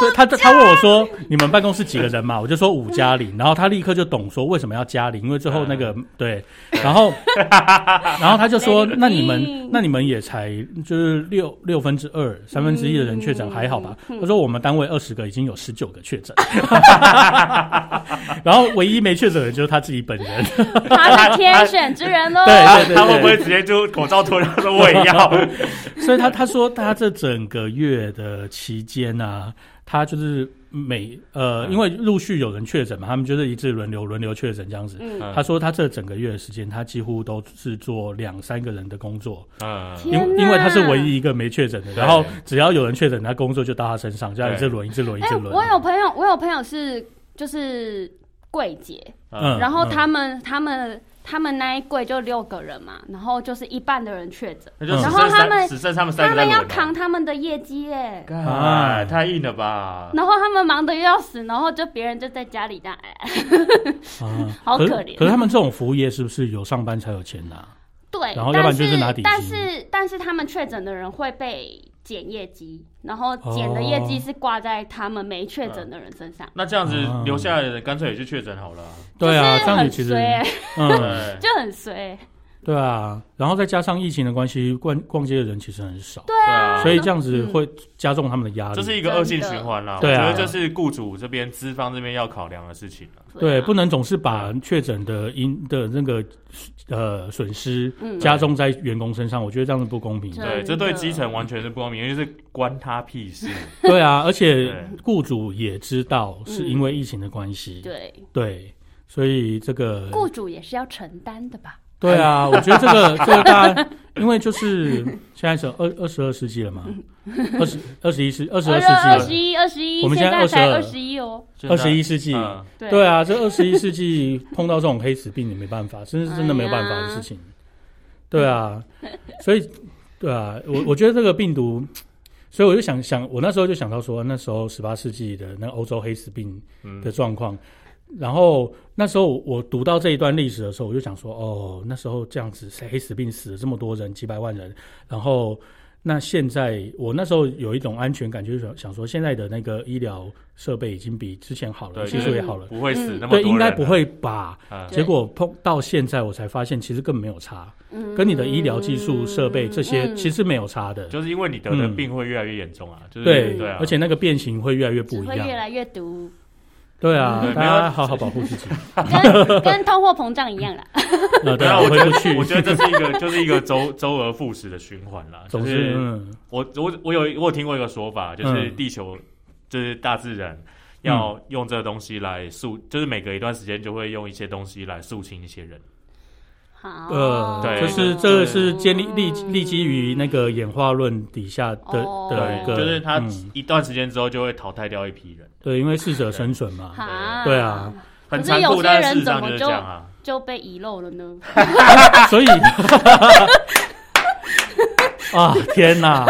[SPEAKER 3] 对他他问我说：“你们办公室几个人嘛？”我就说五加零。然后他立刻就懂说为什么要加零，因为最后那
[SPEAKER 1] 嗯
[SPEAKER 3] 个对，然后然后他就说：“那你们那你们也才就是六六分之二三分之一的人确诊还好吧？”他说：“我们单位二十个已经有十九个确诊， 然后唯一没确诊的就是他自己本人。”
[SPEAKER 2] 他是天选之人喽，
[SPEAKER 3] 对
[SPEAKER 1] 他他会不会直接就口罩脱掉说我也 要？
[SPEAKER 3] 所以他他说他这整个月的期间啊，他就是每呃，
[SPEAKER 1] 嗯
[SPEAKER 3] 因为陆续有人确诊嘛，他们就是一直轮流轮流确诊这样子。
[SPEAKER 2] 嗯，
[SPEAKER 3] 他说他这整个月的时间，他几乎都是做两三个人的工作，
[SPEAKER 1] 嗯
[SPEAKER 3] 因
[SPEAKER 2] 天哪
[SPEAKER 3] 因为他是唯一一个没确诊的。
[SPEAKER 1] 对
[SPEAKER 3] 然后只要有人确诊，他工作就到他身上，这样
[SPEAKER 1] 对
[SPEAKER 3] 一直轮一直轮一
[SPEAKER 2] 哎、
[SPEAKER 3] 直轮。啊
[SPEAKER 2] 我有朋友，我有朋友是就是柜姐，
[SPEAKER 3] 嗯
[SPEAKER 2] 然后他们、他们他们那一柜就六个人嘛，然后就是一半的人确诊，
[SPEAKER 1] 那就只剩
[SPEAKER 2] 嗯然后他们
[SPEAKER 1] 三只剩他们三
[SPEAKER 2] 他
[SPEAKER 1] 个在
[SPEAKER 2] 们
[SPEAKER 3] 啊
[SPEAKER 1] 轮
[SPEAKER 2] 要
[SPEAKER 1] 了
[SPEAKER 2] 扛他们的业绩耶。
[SPEAKER 1] 哎，太硬了吧？
[SPEAKER 2] 然后他们忙得要死，然后就别人就在家里那，哎，
[SPEAKER 3] 啊，
[SPEAKER 2] 好
[SPEAKER 3] 可
[SPEAKER 2] 可
[SPEAKER 3] 是
[SPEAKER 2] 怜
[SPEAKER 3] 可是他们这种服务业是不是有上班才有钱拿？
[SPEAKER 2] 对，
[SPEAKER 3] 然后要不然就是拿底薪
[SPEAKER 2] 但是但是他们确诊的人会被检业绩，然后检的业
[SPEAKER 3] 哦
[SPEAKER 2] 绩是挂在他们没确诊的人身上，
[SPEAKER 1] 那这样子
[SPEAKER 3] 啊
[SPEAKER 1] 留下来的人干脆也去确诊好了啊。
[SPEAKER 3] 对啊，
[SPEAKER 2] 就
[SPEAKER 3] 这
[SPEAKER 2] 是
[SPEAKER 3] 样
[SPEAKER 2] 很
[SPEAKER 3] 子其实
[SPEAKER 2] 衰、哎
[SPEAKER 3] 嗯，
[SPEAKER 1] 对，啊
[SPEAKER 2] 就很衰。
[SPEAKER 3] 对啊，然后再加上疫情的关系，逛逛街的人其实很少。
[SPEAKER 1] 对啊
[SPEAKER 3] 所以这样
[SPEAKER 2] 嗯
[SPEAKER 3] 子会加重他们的压力。
[SPEAKER 1] 这是一个恶性循环啦。我
[SPEAKER 3] 真的
[SPEAKER 1] 觉得
[SPEAKER 3] 啊对
[SPEAKER 1] 这
[SPEAKER 3] 啊
[SPEAKER 1] 是雇主这边、资方这边要考量的事情了。啊
[SPEAKER 2] 嗯
[SPEAKER 3] 对，不
[SPEAKER 2] 能
[SPEAKER 3] 能总是把确诊的因的那个呃损失
[SPEAKER 2] 嗯
[SPEAKER 3] 加重在员工身上，我觉得这样子不公平。
[SPEAKER 2] 对
[SPEAKER 1] 对，
[SPEAKER 2] 真
[SPEAKER 1] 这对
[SPEAKER 2] 的
[SPEAKER 1] 基层完全是不公平，因为是关他屁事。
[SPEAKER 3] 对啊，而且
[SPEAKER 1] 对
[SPEAKER 2] 嗯
[SPEAKER 3] 雇主也知道是因为疫情的关系，
[SPEAKER 2] 对，
[SPEAKER 3] 对，所以这个
[SPEAKER 2] 雇主也是要承担的吧？
[SPEAKER 3] 对 啊，我觉得这个这个大家，因为就是现在是二二十二世纪了 嘛，二十二十一世二十二世
[SPEAKER 2] 二
[SPEAKER 3] 纪
[SPEAKER 2] 十一，二十一，
[SPEAKER 3] 我们现在
[SPEAKER 2] 在才
[SPEAKER 3] 22
[SPEAKER 2] 二十一哦。
[SPEAKER 3] 了，二十一世纪，
[SPEAKER 1] 嗯
[SPEAKER 2] 对
[SPEAKER 3] 对啊，这二十一世纪碰到这种黑死病也没办法，真是真的没有办法的事情。对啊，所以对啊，我我觉得这个病毒，所以我就想想，我那时候就想到说，那时候十八世纪的那欧洲黑死病
[SPEAKER 1] 嗯
[SPEAKER 3] 的状况。然后那时候我读到这一段历史的时候，我就想说，哦，那时候这样子黑死病死了这么多人，几百万人。然后那现在我那时候有一种安全感，就是想想说，现在的那个医疗设备已经比之前好了，
[SPEAKER 1] 对
[SPEAKER 3] 技术也好了，
[SPEAKER 1] 不会死那么多
[SPEAKER 3] 对，
[SPEAKER 1] 人
[SPEAKER 3] 应该不会吧？
[SPEAKER 1] 啊。
[SPEAKER 2] 对
[SPEAKER 3] 结果碰到现在，我才发现其实根本没有差，
[SPEAKER 2] 嗯
[SPEAKER 3] 跟你的医疗技术设备这些
[SPEAKER 2] 嗯
[SPEAKER 3] 其实没有差的，
[SPEAKER 1] 就是因为你得的
[SPEAKER 3] 嗯
[SPEAKER 1] 病会越来越严重啊，就是
[SPEAKER 3] 对，
[SPEAKER 1] 对啊，
[SPEAKER 3] 而且那个变形会越来越
[SPEAKER 2] 只
[SPEAKER 3] 不一
[SPEAKER 2] 会越
[SPEAKER 3] 样，
[SPEAKER 2] 来越 毒，
[SPEAKER 3] 对啊
[SPEAKER 1] 对，嗯
[SPEAKER 3] 大
[SPEAKER 1] 没
[SPEAKER 3] 家
[SPEAKER 1] 有
[SPEAKER 3] 好好保护自 己，
[SPEAKER 2] 跟跟通货膨胀一 样啦。
[SPEAKER 3] 呃，对
[SPEAKER 1] 对啊，
[SPEAKER 3] 啊，
[SPEAKER 1] 我
[SPEAKER 3] 回
[SPEAKER 1] 觉
[SPEAKER 3] 不
[SPEAKER 1] 得
[SPEAKER 3] 去
[SPEAKER 1] 我，觉得这是一个就是一个周周而复始的循环啦。
[SPEAKER 3] 总
[SPEAKER 1] 啊就
[SPEAKER 3] 之，
[SPEAKER 1] 是
[SPEAKER 3] 嗯
[SPEAKER 1] 我我我有我有听过一个说法，就是
[SPEAKER 3] 嗯
[SPEAKER 1] 地球、就是大自然要用这个东西来肃，就是每隔一段时间就会用一些东西来肃清一些人。
[SPEAKER 2] 好，
[SPEAKER 3] 呃，
[SPEAKER 1] 对
[SPEAKER 3] 就是这个是建立立立基于那个演化论底下的
[SPEAKER 2] 哦
[SPEAKER 3] 的一
[SPEAKER 1] 对，
[SPEAKER 3] 个，
[SPEAKER 1] 就是它
[SPEAKER 3] 嗯
[SPEAKER 1] 一段时间之后就会淘汰掉一批人，
[SPEAKER 3] 对，因为适者生存嘛，
[SPEAKER 2] 哈
[SPEAKER 3] 对啊，
[SPEAKER 1] 很
[SPEAKER 2] 可是
[SPEAKER 1] 残
[SPEAKER 2] 有
[SPEAKER 1] 酷，
[SPEAKER 2] 些
[SPEAKER 1] 但
[SPEAKER 2] 人
[SPEAKER 1] 是事实
[SPEAKER 2] 怎
[SPEAKER 1] 上
[SPEAKER 2] 么
[SPEAKER 1] 就是
[SPEAKER 2] 就
[SPEAKER 1] 这样啊。
[SPEAKER 2] 就被遗漏了呢。
[SPEAKER 3] 所以，啊，天哪！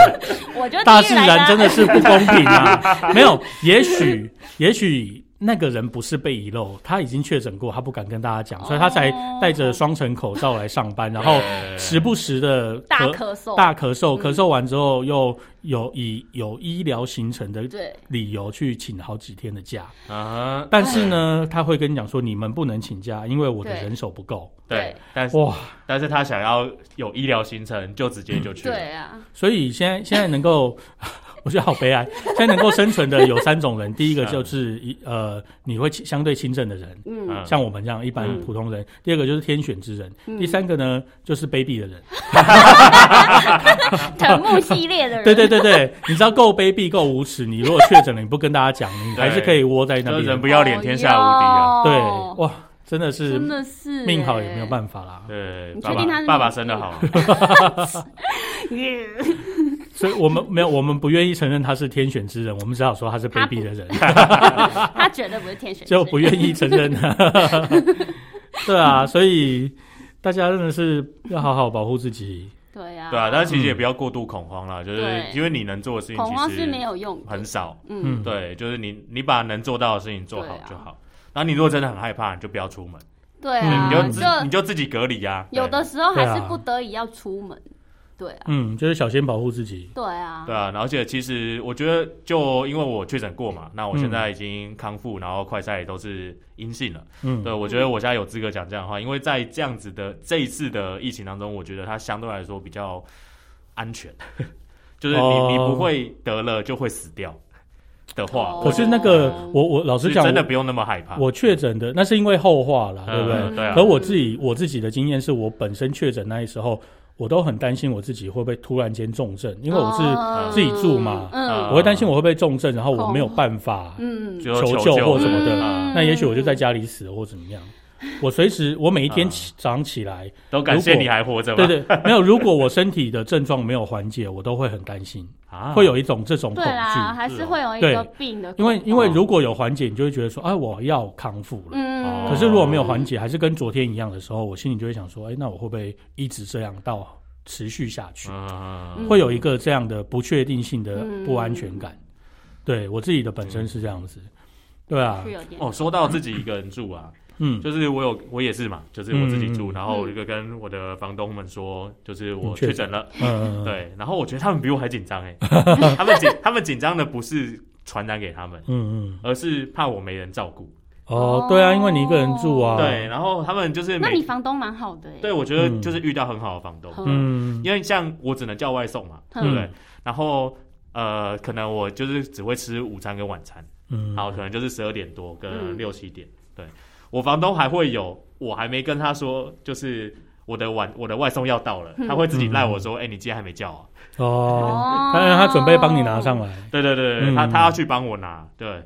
[SPEAKER 2] 我就
[SPEAKER 3] 大
[SPEAKER 2] 第
[SPEAKER 3] 自
[SPEAKER 2] 一来
[SPEAKER 3] 然
[SPEAKER 2] 啊
[SPEAKER 3] 真的是不公平 啊！没有，也许也许那个人不是被遗漏，他已经确诊过，他不敢跟大家讲，所以他才
[SPEAKER 2] 哦
[SPEAKER 3] 戴着双层口罩来上班，然后
[SPEAKER 1] 对
[SPEAKER 3] 时不时的
[SPEAKER 2] 大咳嗽，
[SPEAKER 3] 大咳嗽，
[SPEAKER 2] 嗯
[SPEAKER 3] 咳嗽完之后又有以有医疗行程的
[SPEAKER 2] 对，
[SPEAKER 3] 理由去请好几天的假，
[SPEAKER 1] 啊，
[SPEAKER 3] 但是呢，他会跟你讲说你们不能请假，因为我的
[SPEAKER 2] 嗯对
[SPEAKER 3] 人手不够。
[SPEAKER 1] 对，但是
[SPEAKER 3] 哇！
[SPEAKER 1] 但是他想要有医疗行程，就直接就去了。
[SPEAKER 2] 对啊，
[SPEAKER 3] 所以现在现在能够， 我觉得好悲哀。现在能够生存的有三 种人，第一
[SPEAKER 1] 啊
[SPEAKER 3] 个就是一呃，你会相对轻症的人，
[SPEAKER 2] 嗯，
[SPEAKER 1] 嗯
[SPEAKER 3] 像我们这样一般
[SPEAKER 1] 嗯
[SPEAKER 3] 普通人；第二个就是天选之人；
[SPEAKER 2] 嗯
[SPEAKER 3] 第三个呢就是卑鄙的人。
[SPEAKER 2] 藤木系列的人，
[SPEAKER 3] 对对对对，你知道够卑鄙、够无耻，你如果确诊了，你不跟大家讲，你还是可以窝在那
[SPEAKER 1] 就是人
[SPEAKER 3] 边。
[SPEAKER 1] 不要脸，天下无敌啊！
[SPEAKER 2] 哦
[SPEAKER 3] 对
[SPEAKER 2] 哟，
[SPEAKER 3] 哇，真的是
[SPEAKER 2] 真的是
[SPEAKER 3] 命好也没有
[SPEAKER 2] 法。
[SPEAKER 3] 办法啦。
[SPEAKER 1] 对，
[SPEAKER 2] 你
[SPEAKER 1] 爸
[SPEAKER 2] 确定他
[SPEAKER 1] 爸
[SPEAKER 2] 是
[SPEAKER 1] 爸爸
[SPEAKER 2] 女的
[SPEAKER 1] 生的好，
[SPEAKER 3] 所以我们没有，我们不愿意承认他是天选之人，我们只好说他是卑鄙 的人。
[SPEAKER 2] 他绝对不是天选之
[SPEAKER 3] 就
[SPEAKER 2] 人，
[SPEAKER 3] 不愿意承认。 对啊，所以大家真的是要好好保护自己。
[SPEAKER 2] 对 啊，
[SPEAKER 1] 对啊，但是其
[SPEAKER 3] 嗯
[SPEAKER 1] 实也不要过度恐慌啦，就是
[SPEAKER 2] 对
[SPEAKER 1] 因为你能做的事情
[SPEAKER 2] 恐慌
[SPEAKER 1] 其
[SPEAKER 2] 是没
[SPEAKER 1] 实
[SPEAKER 2] 有用的，
[SPEAKER 1] 很少，
[SPEAKER 2] 嗯，
[SPEAKER 3] 嗯
[SPEAKER 1] 对，就是你你把能做到的事情做好
[SPEAKER 2] 对啊
[SPEAKER 1] 就好。然后你如果真的很害怕，你就不要出门，
[SPEAKER 2] 对
[SPEAKER 3] 嗯
[SPEAKER 2] 啊，
[SPEAKER 1] 你就自
[SPEAKER 2] 就
[SPEAKER 1] 你就自己隔离呀。对
[SPEAKER 2] 有的时候还
[SPEAKER 3] 对
[SPEAKER 2] 是
[SPEAKER 3] 啊
[SPEAKER 2] 不得已要出门，对啊，
[SPEAKER 3] 嗯，就是小心保护自己。
[SPEAKER 2] 对啊，
[SPEAKER 1] 对啊，然后而且其实我觉得，就因为我确诊过嘛，那
[SPEAKER 3] 嗯
[SPEAKER 1] 我现在已经康复，然后快筛也都是阴性了。
[SPEAKER 3] 嗯
[SPEAKER 1] 对，我觉得我现在有资格讲这样的话，因为在这样子的这一次的疫情当中，我觉得它相对来说比较安全，就是你、你
[SPEAKER 3] 哦
[SPEAKER 1] 不会得了就会死掉的话，
[SPEAKER 2] 哦
[SPEAKER 1] 我
[SPEAKER 3] 可是那个，我我老实
[SPEAKER 1] 是
[SPEAKER 3] 讲，
[SPEAKER 1] 真的
[SPEAKER 3] 我
[SPEAKER 1] 不用那么害怕。
[SPEAKER 3] 我确诊的那是因为后话啦，对不
[SPEAKER 1] 嗯
[SPEAKER 3] 对？
[SPEAKER 1] 对啊
[SPEAKER 3] 可我自己我自己的经验是我本身确诊那时候，我都很担心我自己会不会突然间重症，因为我是
[SPEAKER 2] 哦
[SPEAKER 3] 自己住嘛啊
[SPEAKER 1] 嗯
[SPEAKER 3] 我会担心我会不会重症，然后我没有办法。
[SPEAKER 2] 嗯
[SPEAKER 1] 就
[SPEAKER 3] 求救
[SPEAKER 1] 救
[SPEAKER 3] 或什么的
[SPEAKER 1] 嗯
[SPEAKER 3] 那也许我就在家里死了或怎么 样。我随时我每一天
[SPEAKER 1] 嗯
[SPEAKER 2] 啊
[SPEAKER 3] 起早上起来，
[SPEAKER 1] 都感谢
[SPEAKER 3] 如果
[SPEAKER 1] 你还活着吧。
[SPEAKER 3] 对对，没有。如果我身体的症状没有缓解，我都会很担心，
[SPEAKER 1] 啊，
[SPEAKER 3] 会有一种这种恐
[SPEAKER 2] 对啦，
[SPEAKER 3] 惧。
[SPEAKER 2] 还是会有一
[SPEAKER 3] 对
[SPEAKER 2] 个病的恐
[SPEAKER 3] 因
[SPEAKER 2] 慌，
[SPEAKER 3] 为因为如果有缓解，你就会觉得说，哎，我要康复了。
[SPEAKER 1] 哦
[SPEAKER 2] 嗯，
[SPEAKER 3] 可是如果没有缓解，还是跟昨天一样的时候，我心里就会想说，哎，那我会不会一直这样到持续下去？
[SPEAKER 1] 嗯，
[SPEAKER 2] 嗯
[SPEAKER 3] 会有一个这样的不确定性的
[SPEAKER 2] 嗯
[SPEAKER 3] 不安全感。对我自己的本身是这样子，对啊
[SPEAKER 2] 是，有点
[SPEAKER 1] 哦，说到自己一个人住啊，
[SPEAKER 3] 嗯
[SPEAKER 1] 就是我有我也是嘛，就是我自己住，
[SPEAKER 3] 嗯
[SPEAKER 1] 然后我就跟我的房东们说，就是我
[SPEAKER 3] 你确
[SPEAKER 1] 确诊了。
[SPEAKER 3] 嗯，
[SPEAKER 1] 对，然后我觉得他们比我还紧张 哎，他们紧他们紧张的不是传染给他们，
[SPEAKER 3] 嗯嗯，
[SPEAKER 1] 而是怕我没人照顾。
[SPEAKER 3] 哦，对啊，因为你一个人住啊，
[SPEAKER 1] 对，，然后他们就是
[SPEAKER 2] 那
[SPEAKER 1] 每
[SPEAKER 2] 你房东蛮好的耶，欸
[SPEAKER 1] 对我觉得就是遇到很好的房东，
[SPEAKER 2] 嗯
[SPEAKER 3] 嗯，
[SPEAKER 1] 因为像我只能叫外送嘛，
[SPEAKER 2] 嗯
[SPEAKER 1] 对不对？然后呃，可能我就是只会吃午餐跟晚餐，
[SPEAKER 3] 嗯，
[SPEAKER 1] 好，可能就是十二点多跟
[SPEAKER 2] 嗯
[SPEAKER 1] 六七点。对我房东还会有，我还没跟他说，就是我的晚我的外送要到了，
[SPEAKER 2] 嗯
[SPEAKER 1] 他会自
[SPEAKER 3] 嗯
[SPEAKER 1] 己赖我说，哎，你今天还没叫啊？
[SPEAKER 3] 哦，
[SPEAKER 2] 哦
[SPEAKER 3] 当然他准备帮你拿上来，
[SPEAKER 1] 对对对，对
[SPEAKER 3] 嗯
[SPEAKER 1] 他他要去帮我拿，对，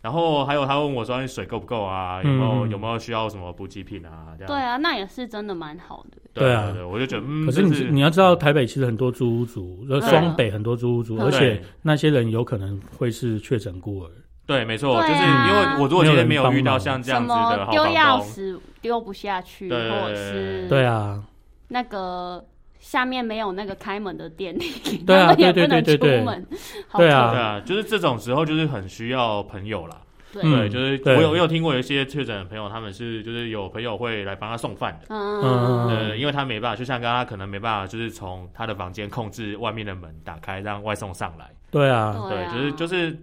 [SPEAKER 1] 然后还有他问我说哎水够不够啊，有没有、
[SPEAKER 3] 嗯
[SPEAKER 1] 有没有需要什么补给品啊？这样
[SPEAKER 2] 对啊，那也是真的蛮好的。
[SPEAKER 3] 对
[SPEAKER 1] 对
[SPEAKER 3] 啊
[SPEAKER 1] 对，我就觉得嗯，
[SPEAKER 3] 可是
[SPEAKER 1] 这
[SPEAKER 3] 你
[SPEAKER 1] 是
[SPEAKER 3] 你要知道，台北其实很多租屋族，呃，
[SPEAKER 1] 对啊
[SPEAKER 3] 双北很多租屋族，
[SPEAKER 2] 对
[SPEAKER 3] 而且那些人有可能会是确诊孤儿。
[SPEAKER 1] 对，没错，
[SPEAKER 2] 对
[SPEAKER 1] 就是
[SPEAKER 2] 啊
[SPEAKER 1] 因为我如果今天没
[SPEAKER 3] 没
[SPEAKER 1] 有
[SPEAKER 3] 有人帮忙
[SPEAKER 1] 遇到像这
[SPEAKER 2] 什
[SPEAKER 1] 样子的
[SPEAKER 2] 么
[SPEAKER 1] 好
[SPEAKER 2] 丢
[SPEAKER 1] 房
[SPEAKER 2] 钥
[SPEAKER 1] 东，
[SPEAKER 2] 匙丢不下去，
[SPEAKER 1] 对
[SPEAKER 2] 或者是
[SPEAKER 3] 对啊，
[SPEAKER 2] 那个下面没有那个开门的电梯，
[SPEAKER 3] 对啊
[SPEAKER 2] 他们也
[SPEAKER 3] 对
[SPEAKER 2] 不
[SPEAKER 3] 对
[SPEAKER 2] 能
[SPEAKER 3] 对
[SPEAKER 2] 出
[SPEAKER 3] 对
[SPEAKER 2] 门，好
[SPEAKER 3] 对
[SPEAKER 1] 对
[SPEAKER 3] 啊
[SPEAKER 1] 啊，就是这种时候就是很需要朋友啦。
[SPEAKER 2] 对
[SPEAKER 3] 嗯
[SPEAKER 1] 对，就是
[SPEAKER 3] 对
[SPEAKER 1] 我有我有听过有一些确诊的朋友，他们是就是有朋友会来帮他送饭的。
[SPEAKER 2] 嗯
[SPEAKER 3] 嗯
[SPEAKER 1] 呃，因为他没办法，就像刚刚他可能没办法，就是从他的房间控制外面的门打开，让外送上来。
[SPEAKER 3] 对啊，
[SPEAKER 1] 对，
[SPEAKER 2] 啊
[SPEAKER 1] 就是就是，